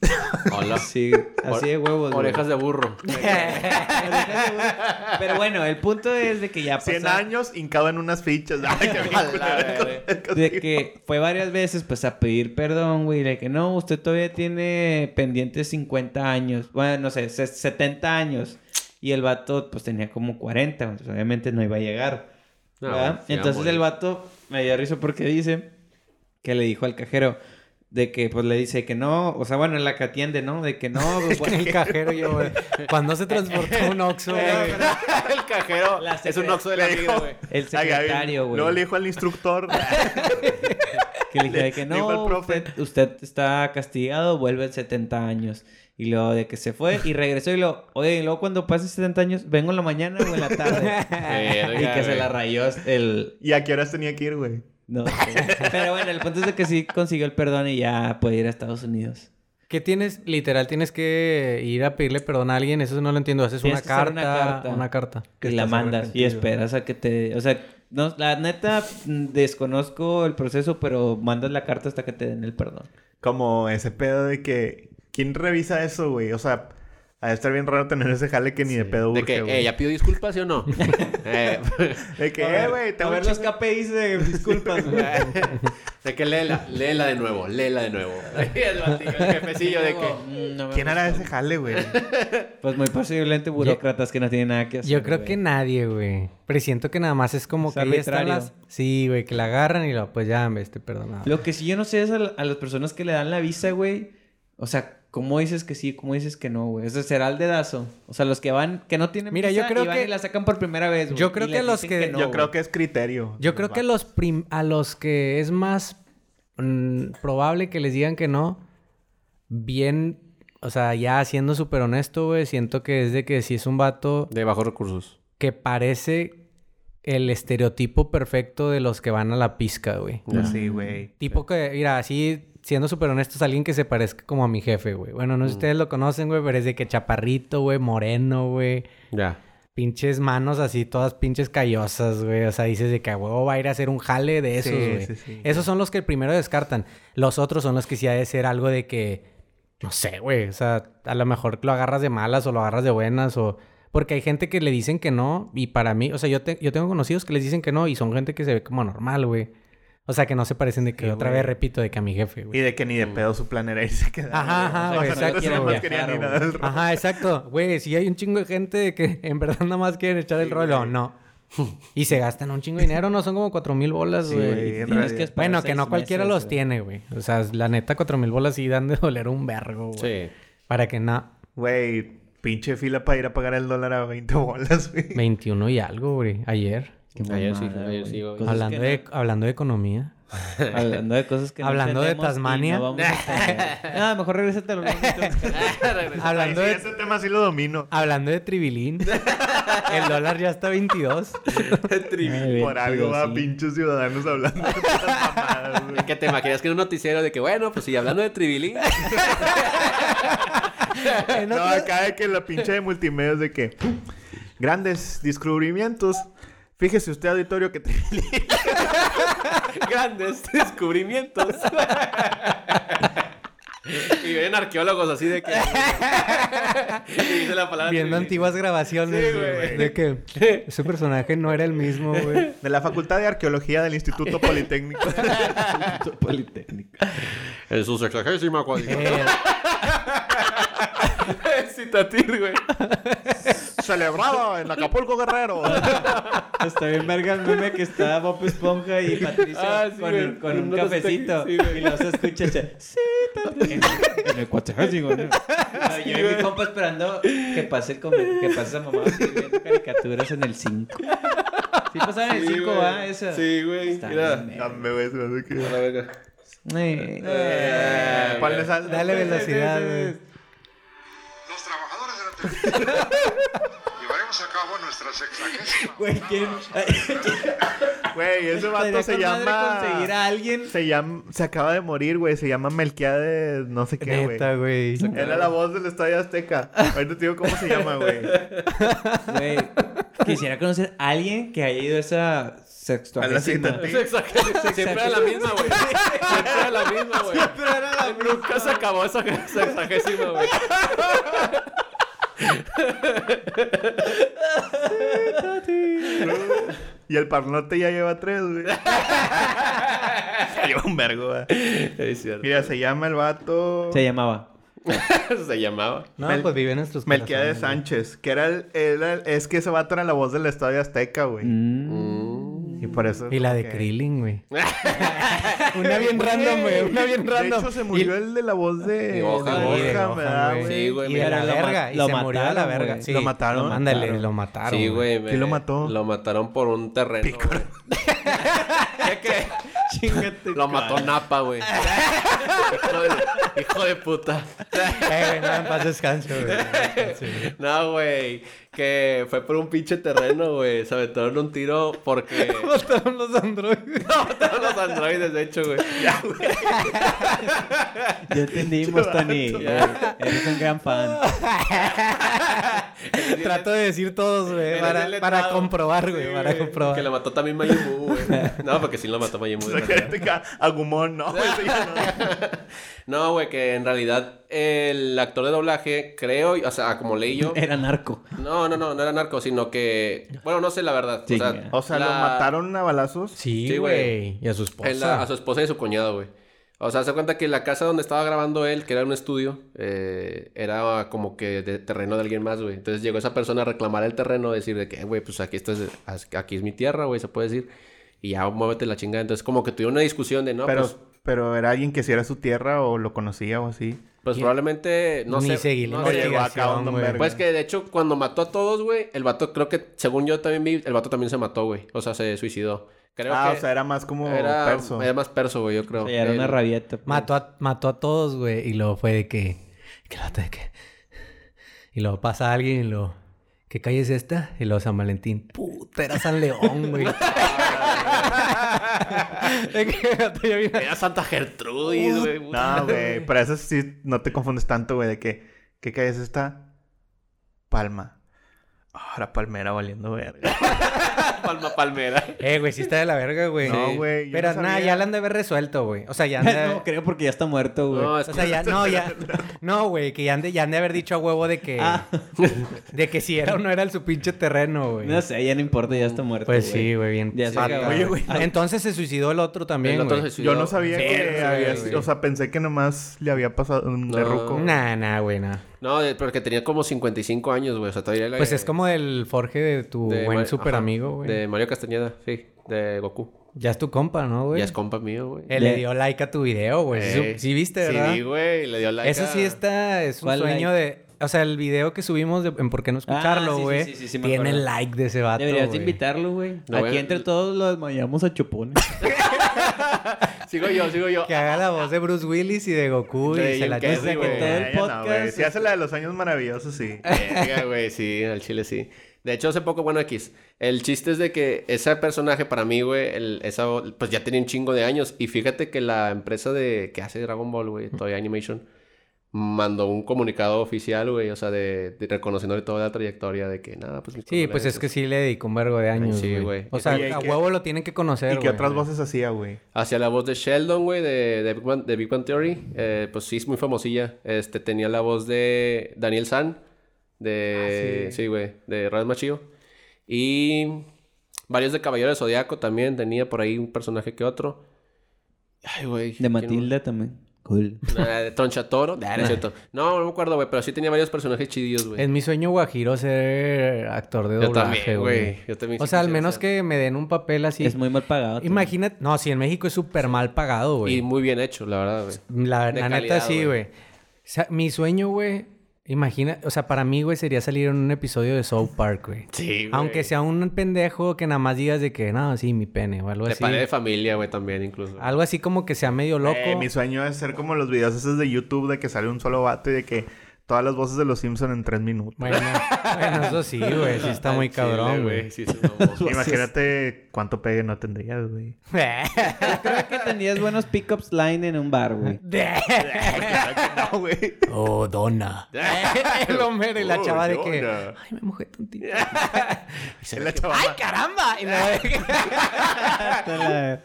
B: Hola.
D: Así, así de huevos, güey.
B: Orejas de burro.
D: Orejas de huevos. Pero bueno, el punto es de que ya pasó.
C: 100 años hincado en unas fichas. Ay, qué bien culero.
D: De que fue varias veces, pues, a pedir perdón, güey. De que no, usted todavía tiene pendientes 50 años. Bueno, no sé, se- 70 años. Y el vato, pues, tenía como 40. Entonces, obviamente no iba a llegar.
B: No,
D: ¿verdad?
B: se iba a
D: Entonces,
B: morir.
D: el vato me dio risa porque dice que le dijo al cajero de que pues le dice que no, o sea, bueno, en la que atiende, ¿no? De que no, pues, bueno,
A: El cajero, yo, güey. Cuando se transportó un Oxxo, güey.
B: el cajero
D: La
B: es un oxo de la
C: secre-
B: vida, güey.
D: el
C: A Ah, Gaby.
D: secretario, güey.
C: Luego le dijo al instructor.
D: Que le dije de que
C: le dijo al
D: no,
C: profe.
D: usted, usted está castigado, vuelve en 70 años. Y luego de que se fue y regresó y luego, oye, y luego cuando pase 70 años, vengo en la mañana o en la tarde.
B: Verga,
D: y que se
B: güey.
D: la rayó el...
C: ¿Y a qué horas tenía que ir, güey?
D: No, sé. pero bueno, el punto es de que sí consiguió el perdón y ya puede ir a Estados Unidos.
A: ¿Qué tienes? Literal, tienes que ir a pedirle perdón a alguien. Eso no lo entiendo. Haces una
D: Tienes que hacer
A: carta,
D: una
A: una carta.
D: carta. Y la mandas y esperas a que te... O sea, no, la neta mm, desconozco el proceso, pero mandas la carta hasta que te den el perdón.
C: Como ese pedo de que... ¿Quién revisa eso, güey? O sea, ha de estar bien raro tener ese jale que ni de pedo
B: De
C: urge,
B: que,
C: güey.
B: eh, ¿ya pidió disculpas sí o no? Eh,
C: De que, eh, güey, te
D: a
C: voy a
D: ver los KPIs de eh, disculpas, güey.
B: de que léela, léela de nuevo, léela de nuevo. Ahí el batillo, el jefecillo de que...
D: Mm, no me
C: ¿Quién hará
D: gustó.
C: ese jale, güey?
D: Pues muy posiblemente burócratas que no tienen nada que hacer.
A: Yo creo
D: güey.
A: que nadie, güey. Pero siento que nada más es como
D: Es
A: que ya están
D: arbitrario.
A: las... Sí, güey, que la agarran y lo... Pues ya, me este perdonado.
D: Lo que sí yo no sé es a, la- a las personas que le dan la visa, güey. O sea, ¿cómo dices que sí? ¿Cómo dices que no, güey? O sea, será el dedazo. O sea, los que van, que no tienen
A: Mira,
D: visa
A: yo creo
D: y van
A: que-
D: y la sacan por primera vez, güey.
A: Yo creo
D: y les
A: que los
D: dicen
A: que-
D: no,
C: Yo creo
D: güey.
C: que es criterio.
A: Yo creo que los prim- a los que es más mm, probable que les digan que no, bien, o sea, ya siendo súper honesto, güey, siento que es de que si es un vato
B: De bajos recursos.
A: que parece el estereotipo perfecto de los que van a la pizca, güey.
C: Sí, güey.
A: Tipo que, mira, así, siendo súper honestos, alguien que se parezca como a mi jefe, güey. Bueno,
C: Mm.
A: no sé si ustedes lo conocen, güey, pero es de que chaparrito, güey, moreno, güey.
B: Ya.
A: Pinches manos así, todas pinches callosas, güey. O sea, dices de que a huevo va a ir a hacer un jale de esos,
C: Sí,
A: güey.
C: sí, sí.
A: Esos son los que primero descartan. Los otros son los que sí ha de ser algo de que, no sé, güey. O sea, a lo mejor lo agarras de malas o lo agarras de buenas o... Porque hay gente que le dicen que no y para mí, o sea, yo, te- yo tengo conocidos que les dicen que no y son gente que se ve como normal, güey. O sea, que no se parecen de que
C: Sí,
A: otra
C: güey.
A: vez repito de que a mi jefe, güey.
C: Y de que ni de pedo su plan era irse a quedar.
A: Ajá, ajá,
C: güey.
A: güey,
C: O sea,
A: exacto,
C: nosotros nada más
A: güey.
C: querían ir a
D: Claro,
C: dar el rol.
A: Ajá, exacto. Güey, si hay un chingo de gente de que en verdad nada más quieren echar el rollo, no. Y se gastan un chingo de dinero, no son como cuatro mil bolas,
C: Sí,
A: güey.
C: güey.
D: Y
C: en
D: tienes
C: realidad.
D: que esperar
A: Bueno, que
D: seis
A: no cualquiera
D: meses,
A: los
D: güey.
A: tiene, güey. O sea, la neta, cuatro mil bolas sí dan de doler un vergo, güey.
B: Sí.
A: Para que no.
C: Güey, pinche fila para ir a pagar el dólar a 20 bolas, güey.
A: 21 y algo, güey. Ayer.
D: Qué
B: Ayer sí,
D: mamada,
B: ayer
D: güey.
B: sí, güey.
D: Cosas
A: hablando,
D: que
A: de, hablando de economía.
D: no- hablando de cosas que no
A: Hablando de
D: entendemos y
A: Tasmania.
D: No, vamos a entender. Ah, mejor regrésate a lo
B: Pues,
A: hablando,
C: Ay,
A: de,
C: sí, Ese tema sí lo domino.
A: hablando de tribilín. el dólar ya está 22.
C: Por algo va pinches ciudadanos hablando de puras mamadas, güey.
B: ¿Qué te imaginas que era un noticiero de que, bueno, pues sí, hablando de tribilín?
A: En
C: No,
A: otro-
C: acá de que la pinche de multimedia es de que... Grandes descubrimientos. Fíjese usted, auditorio, que...
B: Grandes descubrimientos. y ven arqueólogos así de que... y dice la palabra
A: Viendo
B: tribilín.
A: antiguas grabaciones,
B: Sí,
A: güey,
B: güey.
A: De que su personaje no era el mismo, güey.
C: De la Facultad de Arqueología del Instituto Politécnico.
D: Politécnico.
B: En su sexagésima cuadrilla.
A: Eh,
B: Citatir, güey.
C: Celebrado en Acapulco Guerrero.
D: Está bien verga el meme que está Bob Esponja y Patricia
B: Ah, sí,
D: con,
B: güey.
D: con un
B: No te-
D: cafecito.
B: sí, güey.
D: y los escucha che, sí, tata". En el cuatrajésimo, ¿no? No, Yo y mi compa esperando que pase el comen- que pase esa mamá viendo caricaturas en el 5. Sí pasaban en el 5, ¿va? Esa.
B: Sí, güey.
D: Está
B: Mira.
D: bien, verga.
C: Dame, güey, se me hace que-
B: La verga.
D: Eh,
B: Eh,
C: ¿Cuál es al-
A: Dale velocidad, güey.
E: Los trabajadores de la televisión llevaremos a cabo nuestra sexagésima.
D: Güey, ¿quién?
C: Güey, ese vato
D: Estaría
C: se
D: con madre
C: llama...
D: conseguir a alguien
C: Se llama... Se acaba de morir, güey. Se llama Melquiades... No sé qué, güey.
A: Neta, güey.
C: Era la voz del Estadio Azteca. Ahorita te digo cómo se llama, güey.
D: Güey, quisiera conocer a alguien que haya ido a esa
C: A la
D: sextuagésima.
C: cita.
B: Sexagésima. Siempre era la misma, güey. Siempre era la misma, güey.
D: era la
B: Nunca se acabó esa sexagésima, güey.
C: Y el parlote ya lleva tres, güey. lleva un vergo, güey.
B: Es cierto.
C: Mira, se llama el vato...
D: Se llamaba.
B: Se llamaba.
A: No,
C: Mel-
A: pues vive en nuestros
C: Melquiades
A: corazones,
C: Sánchez, que era el, era el- Es que ese vato era la voz del Estadio Azteca, güey.
D: Mm.
A: güey.
C: Y por eso.
A: Y la
C: como
A: de
C: que-
A: Krillin, güey. una bien random, güey. Una bien
C: De
A: random.
C: hecho, se murió el de la voz de.
B: de Gohan,
C: de
B: güey.
C: Gohan,
A: Gohan,
C: ¿verdad,
A: güey.
C: güey?
B: Sí, güey.
A: Y
B: mira.
A: de la
D: lo ma-
A: verga. Y
D: lo
A: se murió de la
D: mataron,
A: verga.
D: güey.
A: Sí.
C: ¿Lo mataron?
A: Ándale,
C: Mataron.
A: lo mataron.
B: Sí, güey. me-
C: ¿Quién lo mató?
B: Lo mataron por un terreno. güey. Ya que
D: Chingate.
B: lo mató Napa, güey. hijo, de, hijo de puta.
A: Eh, güey, no, en paz descanso, güey. Sí, güey.
B: No, güey. Que fue por un pinche terreno, güey. Se aventaron un tiro porque.
A: Mataron los androides.
B: No, mataron los androides, de hecho, güey.
D: Ya entendimos, Tony.
B: Ya.
D: Eres un gran fan.
A: Trato de decir todos, güey.
B: Eres
A: Para,
B: el
A: para
B: letrado.
A: comprobar, güey.
B: Sí,
A: para comprobar.
B: Que lo mató también Mayimu, güey. No, porque sí lo mató Mayimu.
C: O
B: de
C: sea,
B: verdad.
C: que- que Agumon, no. eso ya no.
B: No, güey, que en realidad el actor de doblaje, creo, o sea, como leí yo.
D: Era narco.
B: No, no, no, no era narco, sino que. Bueno, no sé la verdad.
D: Sí,
B: o sea,
D: mira.
C: O sea,
B: la-
C: lo mataron a balazos.
A: Sí,
B: Sí, güey.
A: güey. Y a su esposa.
B: en la- a su esposa y su cuñado, güey. O sea, se cuenta que la casa donde estaba grabando él, que era un estudio, eh, era como que de terreno de alguien más, güey. Entonces llegó esa persona a reclamar el terreno, decir de que, "Eh, güey, pues aquí, esto es, as- aquí es mi tierra, güey, se puede decir. Y ya muévete la chingada. Entonces, como que tuvieron una discusión de, no,
C: pero,
B: pues,
C: pero era alguien que si era su tierra o lo conocía o así.
B: pues probablemente, no
A: Ni
B: sé.
A: seguí la
B: no sé,
C: investigación,
A: investigación,
C: güey.
A: güey.
B: Pues que de hecho, cuando mató a todos, güey, el vato, creo que, según yo también vi, el vato también se mató, güey. O sea, se suicidó. Creo
C: ah,
B: que
C: o sea, era más como
B: era,
C: perso.
B: era más perso, güey, yo creo.
D: O sea, era una
B: El-
D: rabieta. pues.
A: Mató a, mató a todos, güey. Y luego fue de que. que lo de que. Y luego pasa alguien y luego. ¿Qué calle es esta? Y luego San Valentín. Puta, era San León, güey. De que, vato, yo vi-
B: Era Santa Gertrudis, güey. puta.
C: No, güey. Pero eso sí, no te confundes tanto, güey, de que... ¿Qué calle es esta? Palma. Ahora palmera valiendo verga.
B: Palma Palmera.
A: Eh, güey, sí está de la verga, güey.
C: No, güey, yo
A: Pero
C: no
A: nada,
C: sabía.
A: ya la han de haber resuelto, güey. O sea, ya han de-
D: No, creo porque ya está muerto, güey.
B: No, es
A: O
B: que
A: sea, ya, no, ya. No, güey, que ya han, de, ya han de haber dicho a huevo de que.
D: Ah.
A: De que si era o no era el su pinche terreno, güey.
D: No sé, ya no importa, ya está muerto.
A: Pues sí, güey, bien.
D: Ya se
A: Fatal.
D: acabó.
C: Oye, güey, no-
A: Entonces se suicidó el otro también,
B: el otro
A: güey.
B: se
C: Yo
B: suicidó.
C: no sabía que
A: Verga,
C: había...
A: güey.
C: O sea, pensé que nomás le había pasado un
B: No.
C: de ruco.
A: Nah, nah, güey, nah.
B: No, de- porque tenía como 55 años, güey. O sea, todavía era-
A: Pues es como el forje de tu
B: Eh, de
A: buen
B: Mar-
A: super
B: ajá,
A: amigo, güey.
B: De Mario Castañeda, sí. De Goku.
A: Ya es tu compa, ¿no, güey?
B: Ya es compa mío, güey.
A: Él le
D: De-
A: dio like a tu video, güey. Sí,
B: Eh,
A: su- Sí viste, ¿verdad?
B: Sí, güey. Le dio like
A: Eso
B: a-
A: sí está... Es un
D: ¿Cuál
A: sueño de... O sea, el video que subimos de- en Por qué no
D: Ah,
A: escucharlo,
D: sí,
A: güey.
D: sí, sí, sí, sí, me
A: tiene
D: acuerdo.
A: like de ese vato,
D: Deberías
A: güey.
D: invitarlo, güey.
B: Lo voy
D: Aquí
B: a-
D: entre todos lo desmayamos a chupones.
B: Sigo yo, sigo yo.
A: Que haga la voz de Bruce Willis y de Goku
B: De
A: y se la
B: Jim Carrey,
A: chupe,
B: güey.
A: güey.
D: Todo
C: Ay,
D: el
C: ya no, güey.
D: podcast
C: si hace la de los años maravillosos, sí.
B: Verga, güey, sí, al chile sí. De hecho, hace poco, bueno, X. El chiste es de que ese personaje para mí, güey, el- esa, pues ya tenía un chingo de años. Y fíjate que la empresa de que hace Dragon Ball, güey, Toy Animation, mandó un comunicado oficial, güey, o sea, de, de reconociéndole toda la trayectoria de que nada, pues. mis
A: Sí, pues es
B: condolencias.
A: que sí le dedicó un vergo de años,
B: Sí,
A: güey.
B: güey.
A: O sea,
C: Oye, ¿y
A: a
C: qué-
A: huevo lo tienen que conocer,
C: ¿Y
A: güey.
C: qué otras voces hacía, güey?
B: Hacia la voz de Sheldon, güey, de, de Big, Bang, de Big Bang Theory. eh, pues sí, es muy famosilla. Este, tenía la voz de Daniel San. De...
C: Ah, sí.
B: sí, güey. de Red Machillo. Y... Varios de Caballero del Zodíaco también. Tenía por ahí un personaje que otro. Ay, güey.
D: de
B: ¿quién más?
D: Matilda también. Cool.
B: Nah, de Tronchatoro. Nah, no es cierto. No, no me acuerdo, güey. Pero sí tenía varios personajes chidillos, güey.
A: Es mi sueño guajiro ser actor de
B: Yo
A: doblaje,
B: también,
A: güey.
B: güey. Yo también
A: O
B: sí
A: sea, al
B: quisiera
A: menos
B: ser.
A: que me den un papel así.
D: Es muy mal pagado. tú.
A: Imagínate, no, sí, en México es súper mal pagado,
B: Y
A: güey.
B: muy bien hecho, la verdad, güey.
A: La,
B: de
A: la neta
B: calidad,
A: sí,
B: güey.
A: güey. O sea, mi sueño, güey, imagina, o sea, para mí, güey, sería salir en un episodio de South Park, güey.
B: Sí, güey.
A: Aunque sea un pendejo que nada más digas de que, no, Pues sí, Ah, mi pene o algo
B: De
A: así.
B: padre de familia, güey, también incluso.
A: Algo así como que sea medio loco.
C: Eh, mi sueño es ser como los videos esos de YouTube de que sale un solo vato y de que todas las voces de los Simpson en tres minutos.
A: Bueno, bueno, eso sí, güey, sí está
B: Al
A: muy
B: chile,
A: cabrón, güey.
B: Sí, se mamó.
C: Imagínate cuánto pegue no tendrías, güey.
D: Creo que tenías buenos pickups line en un bar, güey.
C: no, güey.
A: oh, dona. El hombre y la
B: Oh,
A: chava de que...
B: dona.
A: Ay, me mojé tantito.
C: Y la chava-
A: ¡Ay, caramba! Y la-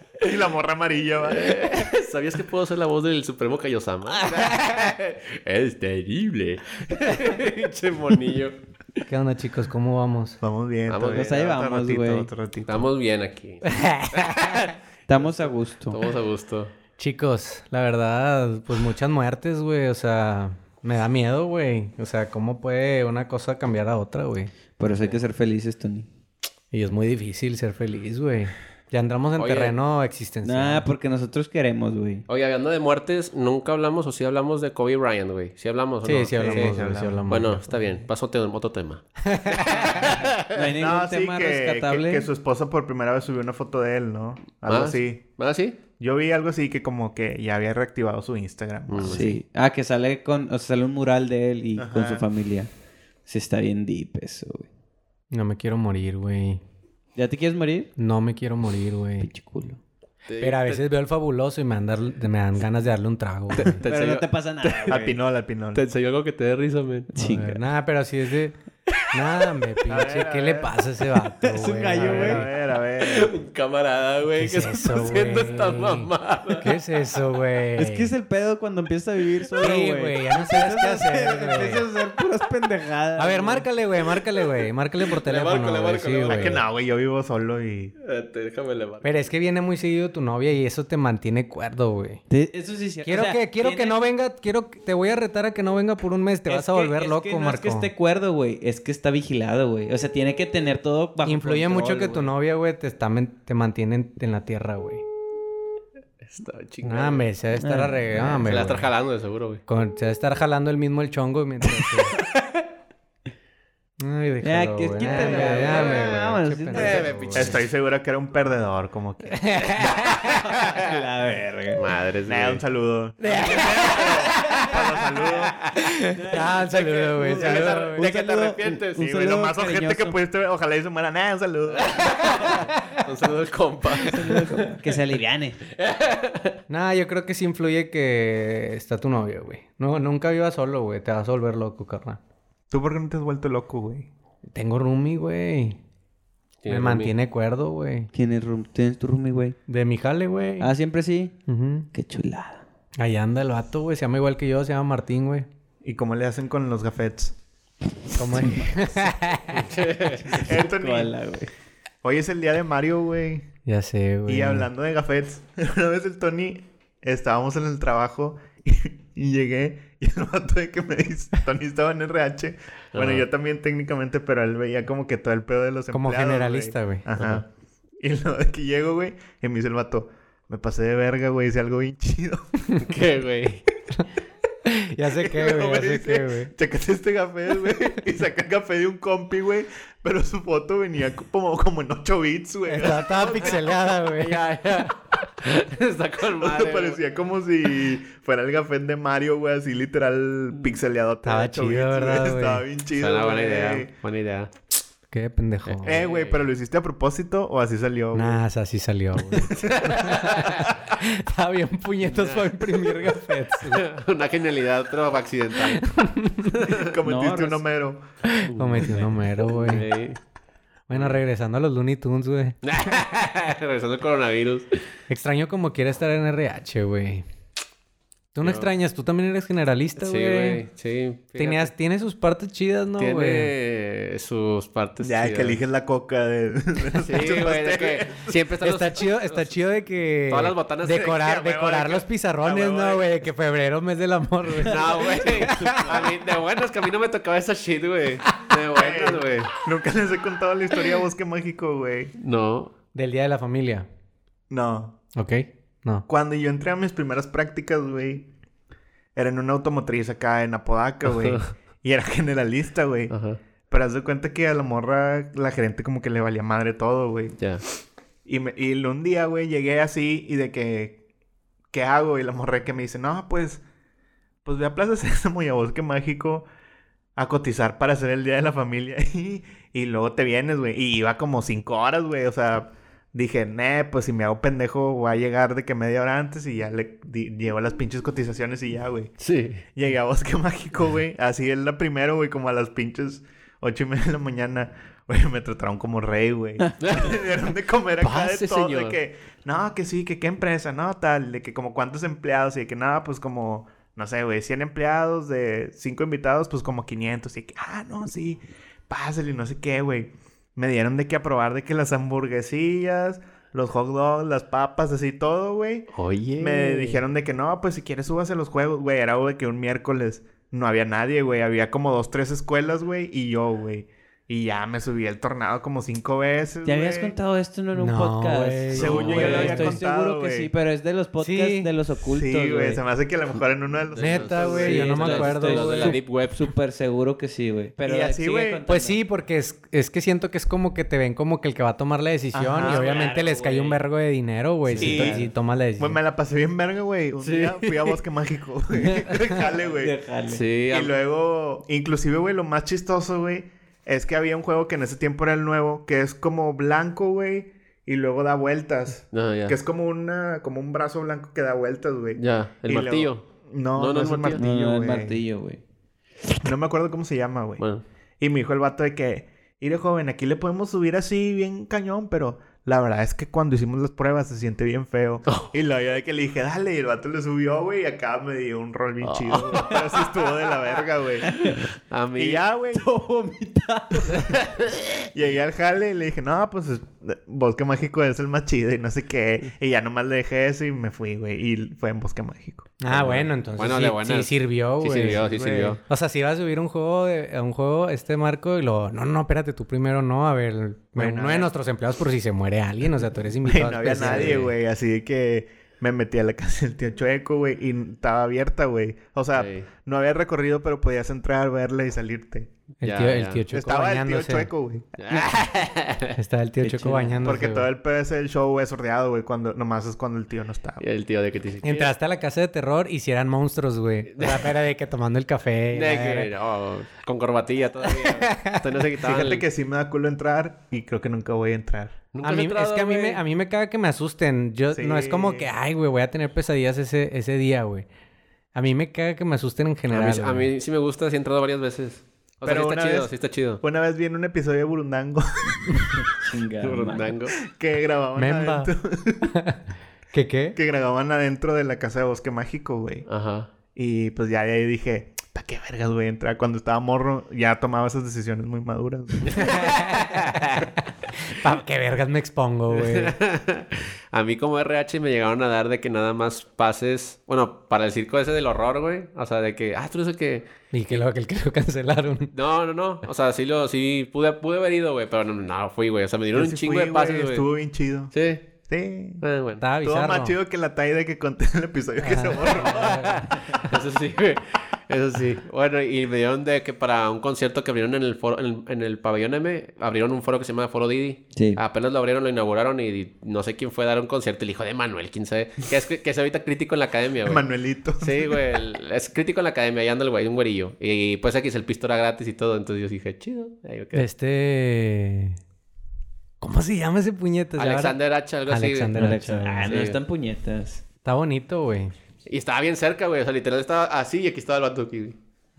C: y la morra amarilla, va.
B: ¿Sabías que puedo ser la voz del Supremo Kaiosama? es terrible. Pinche monillo.
A: ¿Qué onda, chicos? ¿Cómo vamos?
C: Vamos bien,
B: Vamos,
C: todo
B: pues
C: bien.
D: ahí
C: Otro
D: vamos,
C: ratito,
D: güey.
C: otro ratito.
B: Estamos bien aquí.
D: Estamos a gusto.
B: Estamos a gusto.
A: Chicos, la verdad, pues muchas muertes, güey. O sea, me da miedo, güey. O sea, ¿cómo puede una cosa cambiar a otra, güey?
D: Por eso hay que ser felices, Tony.
A: Y es muy difícil ser feliz, güey. Ya entramos en
B: Oye.
A: terreno existencial.
D: Nah, pues, porque nosotros queremos, güey.
B: Oye, hablando de muertes, nunca hablamos o sí hablamos de Kobe Bryant, güey. Sí hablamos, o
A: sí,
B: no?
A: sí hablamos,
C: sí,
A: güey,
C: sí
A: sí hablamos.
C: hablamos.
B: Bueno, está bien. Paso a te- otro tema.
D: No hay ningún
C: No, sí,
D: tema
C: que, que,
D: rescatable.
C: que su esposa por primera vez subió una foto de él, ¿no? Algo
B: ¿Más?
C: así.
B: ¿Más ¿Ah, sí?
C: Yo vi algo así que como que ya había reactivado su Instagram. o algo así.
D: Sí. Ah, que sale con... O sea, sale un mural de él y con su
C: Ajá.
D: familia. Sí, está bien deep eso, güey.
A: No me quiero morir, güey.
D: ¿Ya te quieres morir?
A: No me quiero morir, güey.
D: Pinche culo.
B: Te-
A: Pero a veces veo el fabuloso y me dan, dar- me dan ganas de darle un trago, güey.
B: Te
D: Pero
B: enseñó,
D: no te pasa nada,
C: Al
D: güey.
C: pinol, al pinol.
B: te enseñó algo que te dé risa, men.
A: A ver,
D: Chinga.
A: Nada, pero así es de... Nada, me pinche.
C: ver, a
A: ¿Qué le
C: ver.
A: pasa a ese vato, Es
D: un
C: A
D: gallo, Yo,
C: ver, a
D: güey.
C: ver, a ver.
B: Camarada, güey.
A: ¿Qué es eso, güey? ¿Qué es eso, güey?
D: Es que es el pedo cuando empiezas a vivir solo,
A: Sí,
D: güey.
A: güey, ya no sabes qué hacer, güey.
D: Empiezas a hacer puras pendejadas.
A: A ver,
D: güey.
A: márcale, güey, márcale, güey. Márcale por teléfono.
B: marco, le
A: güey,
B: marco,
A: sí,
B: le marco.
A: güey.
C: Es Ah, que no, güey, yo vivo solo y...
B: déjame levantar.
A: Pero es que viene muy seguido tu novia y eso te mantiene cuerdo, güey.
D: Te- Eso sí es cierto.
A: Quiero
D: O sea,
A: que quiero que
D: tiene-
A: no venga, quiero que- te voy a retar a que no venga por un mes, te
D: Es
A: vas a
D: que-
A: volver
D: es
A: loco,
D: que no
A: Marco.
D: Es que esté cuerdo, güey. Es que está vigilado, güey. O sea, tiene que tener todo bajo
A: Influye
D: control,
A: mucho que tu
D: güey.
A: novia, güey, te está men- te mantiene en, en la tierra, güey.
B: Estaba chingado.
A: No, hombre, se debe estar
D: Ah,
A: arre-
D: ah,
A: ah,
B: Se
A: hombre,
B: la
A: güey.
B: está jalando de seguro, güey.
A: Con- se debe estar jalando el mismo el chongo mientras que- Ay, déjalo,
D: que-
A: güey.
D: quítala,
A: Nah,
D: güey.
A: ya, hombre, güey,
D: Vámonos,
A: qué
D: sí,
A: pendejo,
B: eh, me
A: güey.
B: pinche-
C: Estoy segura que era un perdedor, como que...
D: la verga.
B: Madres,
C: Nah, un saludo. Para los saludos.
A: Ah, un saludo, güey.
B: Ya que te
A: saludo,
B: arre-
A: güey.
B: ya que te arrepientes.
D: un
C: Sí, güey,
D: saludo
C: lo más ojete que
D: cariñoso.
C: pudiste ver. Ojalá y se muera. Nah, un saludo.
B: Un saludo al compa.
D: Que se aliviane.
A: Nah, yo creo que sí influye que está tu novio, güey. No, nunca vivas solo, güey. Te vas a volver loco, carnal.
C: ¿Tú por qué no te has vuelto loco, güey?
A: Tengo roomie, güey. Me
B: Tiene roomie.
A: mantiene cuerdo, güey.
D: ¿Quién es room? ¿Tienes tu roomie, güey?
A: De mi jale, güey.
D: Ah, siempre sí.
A: Ujú.
D: Qué chulada.
A: Ahí anda el vato, güey. Se llama igual que yo, se llama Martín, güey.
C: ¿Y cómo le hacen con los gafetes?
A: ¿Cómo es?
C: Anthony.
D: Hola, güey.
C: Hoy es el día de Mario, güey.
A: ya sé, güey.
C: Y hablando de gafetes, una vez el Tony estábamos en el trabajo y, y llegué y el vato de que me dice, Tony estaba en RH. Bueno,
B: Ajá.
C: yo también técnicamente, pero él veía como que todo el pedo de los
A: Como
C: empleados,
A: generalista, güey.
C: Ajá. Y lo de que llego, güey, y me dice el vato, me pasé de verga, güey, hice algo bien chido.
B: ¿Qué, güey?
A: Ya sé qué,
C: Y
A: güey.
C: luego
A: Ya
C: me
A: sé
C: dice,
A: qué, güey.
C: Chécate este café, güey. Y saca el café de un compi, güey. Pero su foto venía como, como en 8 bits, güey.
A: Estaba, estaba pixelada, güey.
B: Ya, ya. Está con
C: O sea,
B: madre. güey.
C: parecía como si fuera el café de Mario, güey, así literal pixeleado.
A: Estaba
C: ocho
A: chido,
C: bits, güey.
A: ¿verdad, güey?
C: Estaba bien chido.
B: Suena buena
C: güey.
B: idea. Buena idea.
A: Qué pendejo.
C: Eh, güey, pero lo hiciste a propósito o así salió, güey.
A: Nah, o sea, así salió, güey. Estaba bien puñetos para imprimir gafetes.
B: Una genialidad, pero accidental.
C: Cometiste
D: No,
C: un
D: res-
C: homero.
A: Cometí un homero, güey.
B: Ey.
A: Bueno, regresando a los Looney Tunes, güey.
B: Regresando al coronavirus.
A: Extraño como quiere estar en RH, güey. Tú no
B: Yo-
A: extrañas, tú también eres generalista,
B: Sí,
A: güey.
B: güey. Sí. fíjate.
A: Tenías, tiene sus partes chidas, ¿no, güey?
B: Tiene sus partes.
C: Ya,
B: chidas.
C: que eliges la coca de... de los
B: Sí,
C: pinches
B: güey, de que
C: pasteles.
B: siempre están
A: Está
B: los-
A: chido, está chido de que
B: Todas las botanas de-
A: decorar,
C: a huevo,
A: decorar
C: de que-
A: los
C: a
A: pizarrones,
C: huevo, de
A: ¿no,
C: que-
A: güey? De que febrero mes del amor, güey.
B: No, güey. A mí, de buenas que a mí no me tocaba esa shit, güey. De buenas, güey.
C: Nunca les he contado la historia de Bosque Mágico, güey.
B: No.
A: Del día de la familia.
C: No.
A: ¿Ok? No.
C: Cuando yo entré a mis primeras prácticas, güey, era en una automotriz acá en Apodaca, güey.
B: Ajá.
C: y era generalista, güey.
B: Ajá.
C: Pero haz de cuenta que a la morra, la gerente como que le valía madre todo, güey.
B: Ya.
C: Y, me- y un día, güey, llegué así y de que, ¿qué hago? Y la morra que me dice, no, pues, pues ve a Plaza Sésamo y a Bosque Mágico a cotizar para hacer el Día de la Familia. Y, y luego te vienes, güey. Y iba como cinco horas, güey. O sea, dije, nah, pues si me hago pendejo voy a llegar de que media hora antes y ya le di- llevo las pinches cotizaciones y ya, güey.
B: Sí.
C: Llegué a Bosque Mágico, güey. Así es la primera, güey, como a las pinches ocho y media de la mañana. Güey, me trataron como rey, güey. Me dieron de comer acá
B: Pase,
C: de todo.
B: señor.
C: De que, no, que sí, que qué empresa, no, tal. De que como cuántos empleados. Y de que, nada, pues como, no sé, güey, 100 empleados de cinco invitados, pues como 500. Y que, ah, no, sí, pásale, no sé qué, güey. Me dieron de que aprobar de que las hamburguesillas, los hot dogs, las papas, así todo, güey.
B: Oye.
C: Me dijeron de que no, pues si quieres súbase a los juegos, güey. Era de que un miércoles no había nadie, güey. Había como dos, tres escuelas, güey, y yo, güey. Y ya me subí el tornado como cinco veces.
D: ¿Te habías
C: güey.
D: contado esto no en un
A: No,
D: podcast?
A: güey.
C: Según yo ya lo
D: güey,
C: había
D: Estoy
C: contado,
D: seguro que
C: güey.
D: sí, pero es de los podcasts
A: Sí.
D: de los ocultos,
C: Sí, güey.
D: güey.
C: Se me hace que a lo mejor en uno de los...
A: Sí. Neta, güey, yo no me
D: estoy-
A: acuerdo,
D: estoy
B: Los de la
A: güey.
D: sup-
B: Deep Web.
D: Súper seguro que sí, güey. Pero
C: Y así,
D: sigue
C: güey,
D: contando.
A: Pues sí, porque es, es que siento que es como que te ven como que el que va a tomar la decisión
C: Ajá,
A: y obviamente
D: claro,
A: les cae un
D: güey.
A: vergo de dinero, güey,
C: Sí.
A: si, to- si tomas la decisión.
C: Güey, Pues me la pasé bien verga, güey. Un
D: Sí.
C: día fui a Bosque Mágico, güey. Jale, güey.
D: Déjale.
B: Sí, a-
C: Y luego, inclusive, güey, lo más chistoso, güey, es que había un juego que en ese tiempo era el nuevo, que es como blanco, güey, y luego da vueltas.
B: no, ya.
C: Que es como una, como un brazo blanco que da vueltas, güey.
B: Ya, el
C: Y luego-
B: martillo.
C: No,
B: No,
C: no,
B: no
C: es
B: el
C: el
B: martillo.
C: martillo,
D: No,
C: güey.
D: el martillo, güey.
C: No me acuerdo cómo se llama, güey.
B: Bueno,
C: Y me dijo el vato de que, mire joven, aquí le podemos subir así bien cañón, pero la verdad es que cuando hicimos las pruebas se siente bien feo. Y la verdad es que le dije, dale, y el vato le subió, güey, y acá me dio un rol bien chido. güey. Pero sí estuvo de la verga, güey.
B: a mí.
C: Y ya, güey, llegué al jale y le dije, no, pues es- Bosque Mágico es el más chido y no sé qué. Y ya nomás le dejé eso y me fui, güey. Y fue en Bosque Mágico.
A: Ah, bueno, entonces
B: Bueno,
A: sí,
B: de buenas.
A: sí sirvió,
B: Sí
A: güey.
B: sirvió, sí
C: güey.
B: sirvió.
A: O sea, si iba a subir un juego, de- a un juego este marco y lo... No, no, espérate, tú primero no. A ver, bueno,
C: Bueno,
A: uno
C: a
A: de
C: ver.
A: nuestros empleados por si se muere alguien. O sea, tú eres
C: Güey,
A: invitado.
C: no había
A: especial,
C: nadie, güey. Así de que me metí a la casa del tío Chueco, güey. Y estaba abierta, güey. O sea,
B: Sí.
C: no había recorrido, pero podías entrar, verla y salirte.
A: El
B: Ya,
A: tío, el
B: ya.
A: tío Choco
C: Estaba el tío
A: bañándose.
C: Chueco, güey.
A: Estaba el tío
D: Qué
A: Choco
D: chido.
A: bañándose.
C: Porque
A: güey.
C: todo el PS del show es sordeado, güey. Cuando, nomás es cuando el tío no está.
B: Y el tío de que te dice.
A: Entraste a la casa de terror y si eran monstruos, güey. La pera de que tomando el café.
B: De
A: la verga.
B: que, no, con corbatilla todavía. Hasta no se quitaban
C: Fíjate
B: el-
C: que sí me da culo entrar y creo que nunca voy a entrar.
B: Nunca
A: A
B: has
A: mí,
B: entrado,
A: es que a mí,
B: güey.
A: me, a mí me caga que me asusten. Yo, No es como que,
C: Sí.
A: ay, güey, voy a tener pesadillas ese, ese día, güey. A mí me caga que me asusten en
B: A
A: general.
B: mí, a
A: güey.
B: mí sí me gusta, sí he entrado varias veces. O sea,
C: Pero
B: sí
C: una
B: está chido,
C: vez-
B: sí está chido.
C: Una vez vi en un episodio de Burundango
D: Chinga, madre.
B: Burundango.
C: que grababan
A: Memba.
C: adentro.
A: ¿Qué qué?
C: Que grababan adentro de la casa de Bosque Mágico, güey.
B: Ajá.
C: Y pues ya de ahí dije, ¿para qué vergas voy a entrar? Cuando estaba morro ya tomaba esas decisiones muy maduras. güey.
A: Pa' qué vergas me expongo, güey?
B: A mí como RH me llegaron a dar de que nada más pases... Bueno, para el circo ese del horror, güey. O sea, de que... Ah, tú eres el que...
A: Y que luego que el que lo cancelaron.
B: No, no, no. O sea, sí lo... Sí pude, pude haber ido, güey. Pero no, no fui, güey. O sea, me dieron
C: Yo
B: un
C: sí
B: chingo
C: fui,
B: de pases, güey.
C: Estuvo bien chido.
B: Sí.
C: Sí.
B: Ah, bueno.
A: Estaba
C: Estuvo más
A: bizarro.
C: chido que la talla que conté en el episodio
B: Ah,
C: que se borró.
B: Eso sí, güey. Eso sí. Bueno, y me dieron de que para un concierto que abrieron en el foro, en el, en el pabellón M, abrieron un foro que se llama Foro Didi.
D: Sí.
B: Apenas lo abrieron, lo inauguraron y no sé quién fue a dar un concierto. El hijo de Manuel, quién sabe. Que es, que es ahorita crítico en la academia, güey.
C: Manuelito.
B: Sí, güey. el- Es crítico en la academia. Ahí anda el güey, un güerillo. Y pues aquí el pisto era gratis y todo. Entonces yo dije, chido. Ahí me quedé.
A: Este... ¿Cómo se llama ese puñete?
B: Alexander Hacha, algo así. güey.
A: Alexander.
D: Alexa, Ah,
B: Sí,
D: no
B: güey.
D: están puñetas.
A: Está bonito, güey.
B: Y estaba bien cerca, güey. O sea, literal estaba así y aquí estaba el vato aquí. güey.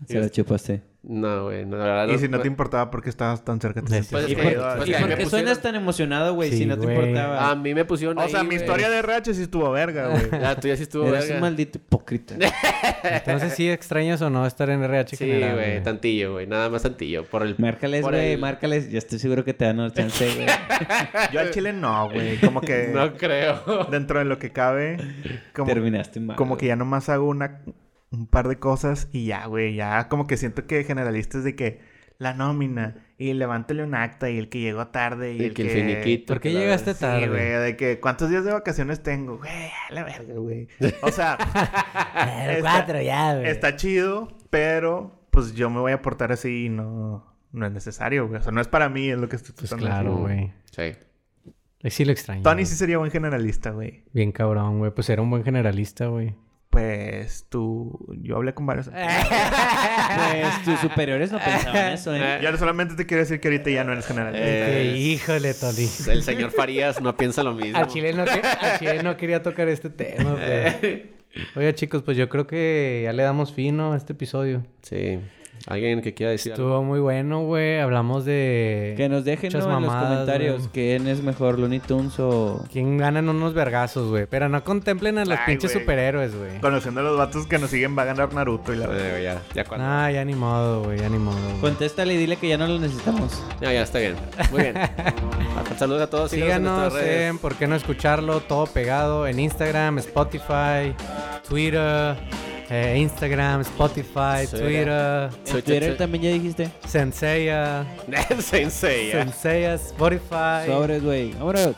D: Se la
C: Este,
D: chupaste.
B: No, güey. No, la verdad,
C: Y si no te importaba por qué estabas tan cerca, te
A: Sí,
C: sentías
B: Pues
D: ¿Y
B: es
D: por,
B: que-
C: ofendido.
B: pues
D: y
B: que a mí
D: por
B: me
D: qué
B: pusieron-
D: suenas tan emocionado, güey?
A: Sí,
D: si no te
A: güey.
D: importaba.
C: Ah,
B: A mí me pusieron
C: O sea, mi historia de RH sí estuvo verga, güey.
B: La tuya Ah, sí estuvo
D: Eres
B: verga.
D: un maldito hipócrita.
A: Entonces sí extrañas o no estar en RH
B: Sí,
A: general,
B: güey, tantillo, güey. Nada más tantillo. Por el...
D: Márcales,
B: por
D: güey,
B: el-
D: márcales. Ya estoy seguro que te dan una chance, güey.
C: Yo al chile no, güey. Como que
B: No creo.
C: dentro de lo que cabe, como,
D: Terminaste mal.
C: como que ya nomás hago una, un par de cosas y ya, güey. Ya como que siento que generalistas de que la nómina y levántale un acta y el que llegó tarde y,
B: Y
C: el
B: que
C: que...
B: el finiquito.
A: ¿Por qué
B: que la
A: llegaste
C: Sí,
A: tarde?
C: güey, de que cuántos días de vacaciones tengo, güey, a la verga, güey. O sea,
A: Ah,
C: Está-
A: cuatro ya, güey.
C: está chido, pero pues yo me voy a portar así y no, no es necesario, güey. O sea, no es para mí, es lo que estoy
A: Pues
C: tratando de
A: claro,
C: decir.
A: güey.
B: Mm, Sí.
A: Ahí Sí lo extraño.
C: Tony
A: güey.
C: sí sería buen generalista, güey.
A: Bien cabrón, güey. Pues era un buen generalista, güey.
C: Pues tú, yo hablé con varios.
A: Eh.
D: Pues tus superiores no pensaban eso, ¿eh?
C: Ya no solamente te quiero decir que ahorita ya no eres generalista.
B: Eh,
A: Que híjole, Tony.
B: El señor Farías no piensa lo
D: Ah,
B: mismo.
A: A Chile, no que- al Chile no quería tocar este tema, güey. Oiga, chicos, pues yo creo que ya le damos fino a este episodio.
B: Sí. Alguien que quiera decir algo?
A: Estuvo muy bueno, güey. Hablamos de...
D: Que nos dejen
A: Muchas
D: ¿no? en los
A: mamadas,
D: comentarios
A: güey.
D: quién es mejor, Looney Tunes o...
A: ¿Quién ganan unos vergazos, güey? Pero no contemplen a los
C: Ay,
A: pinches
C: güey.
A: superhéroes, güey.
C: Conociendo a los vatos que nos siguen va a ganar Naruto y la verdad.
B: Eh, güey, ya, ya cuando-
A: Ah, ya ni modo, güey. Ya ni modo, güey.
D: Contéstale y dile que ya no lo necesitamos.
B: Ya, ya, está bien. Muy bien. Saludos a todos.
A: Síganos
B: nuestras redes.
A: en Por qué no escucharlo, todo pegado en Instagram, Spotify, Twitter, Eh, Instagram, Spotify,
B: Sí,
A: Twitter,
D: eh, En Twitter también ya dijiste.
A: Senseiya,
B: Sensei. ya.
A: Senseiya, Spotify.
D: Sobres, güey. Vámonos.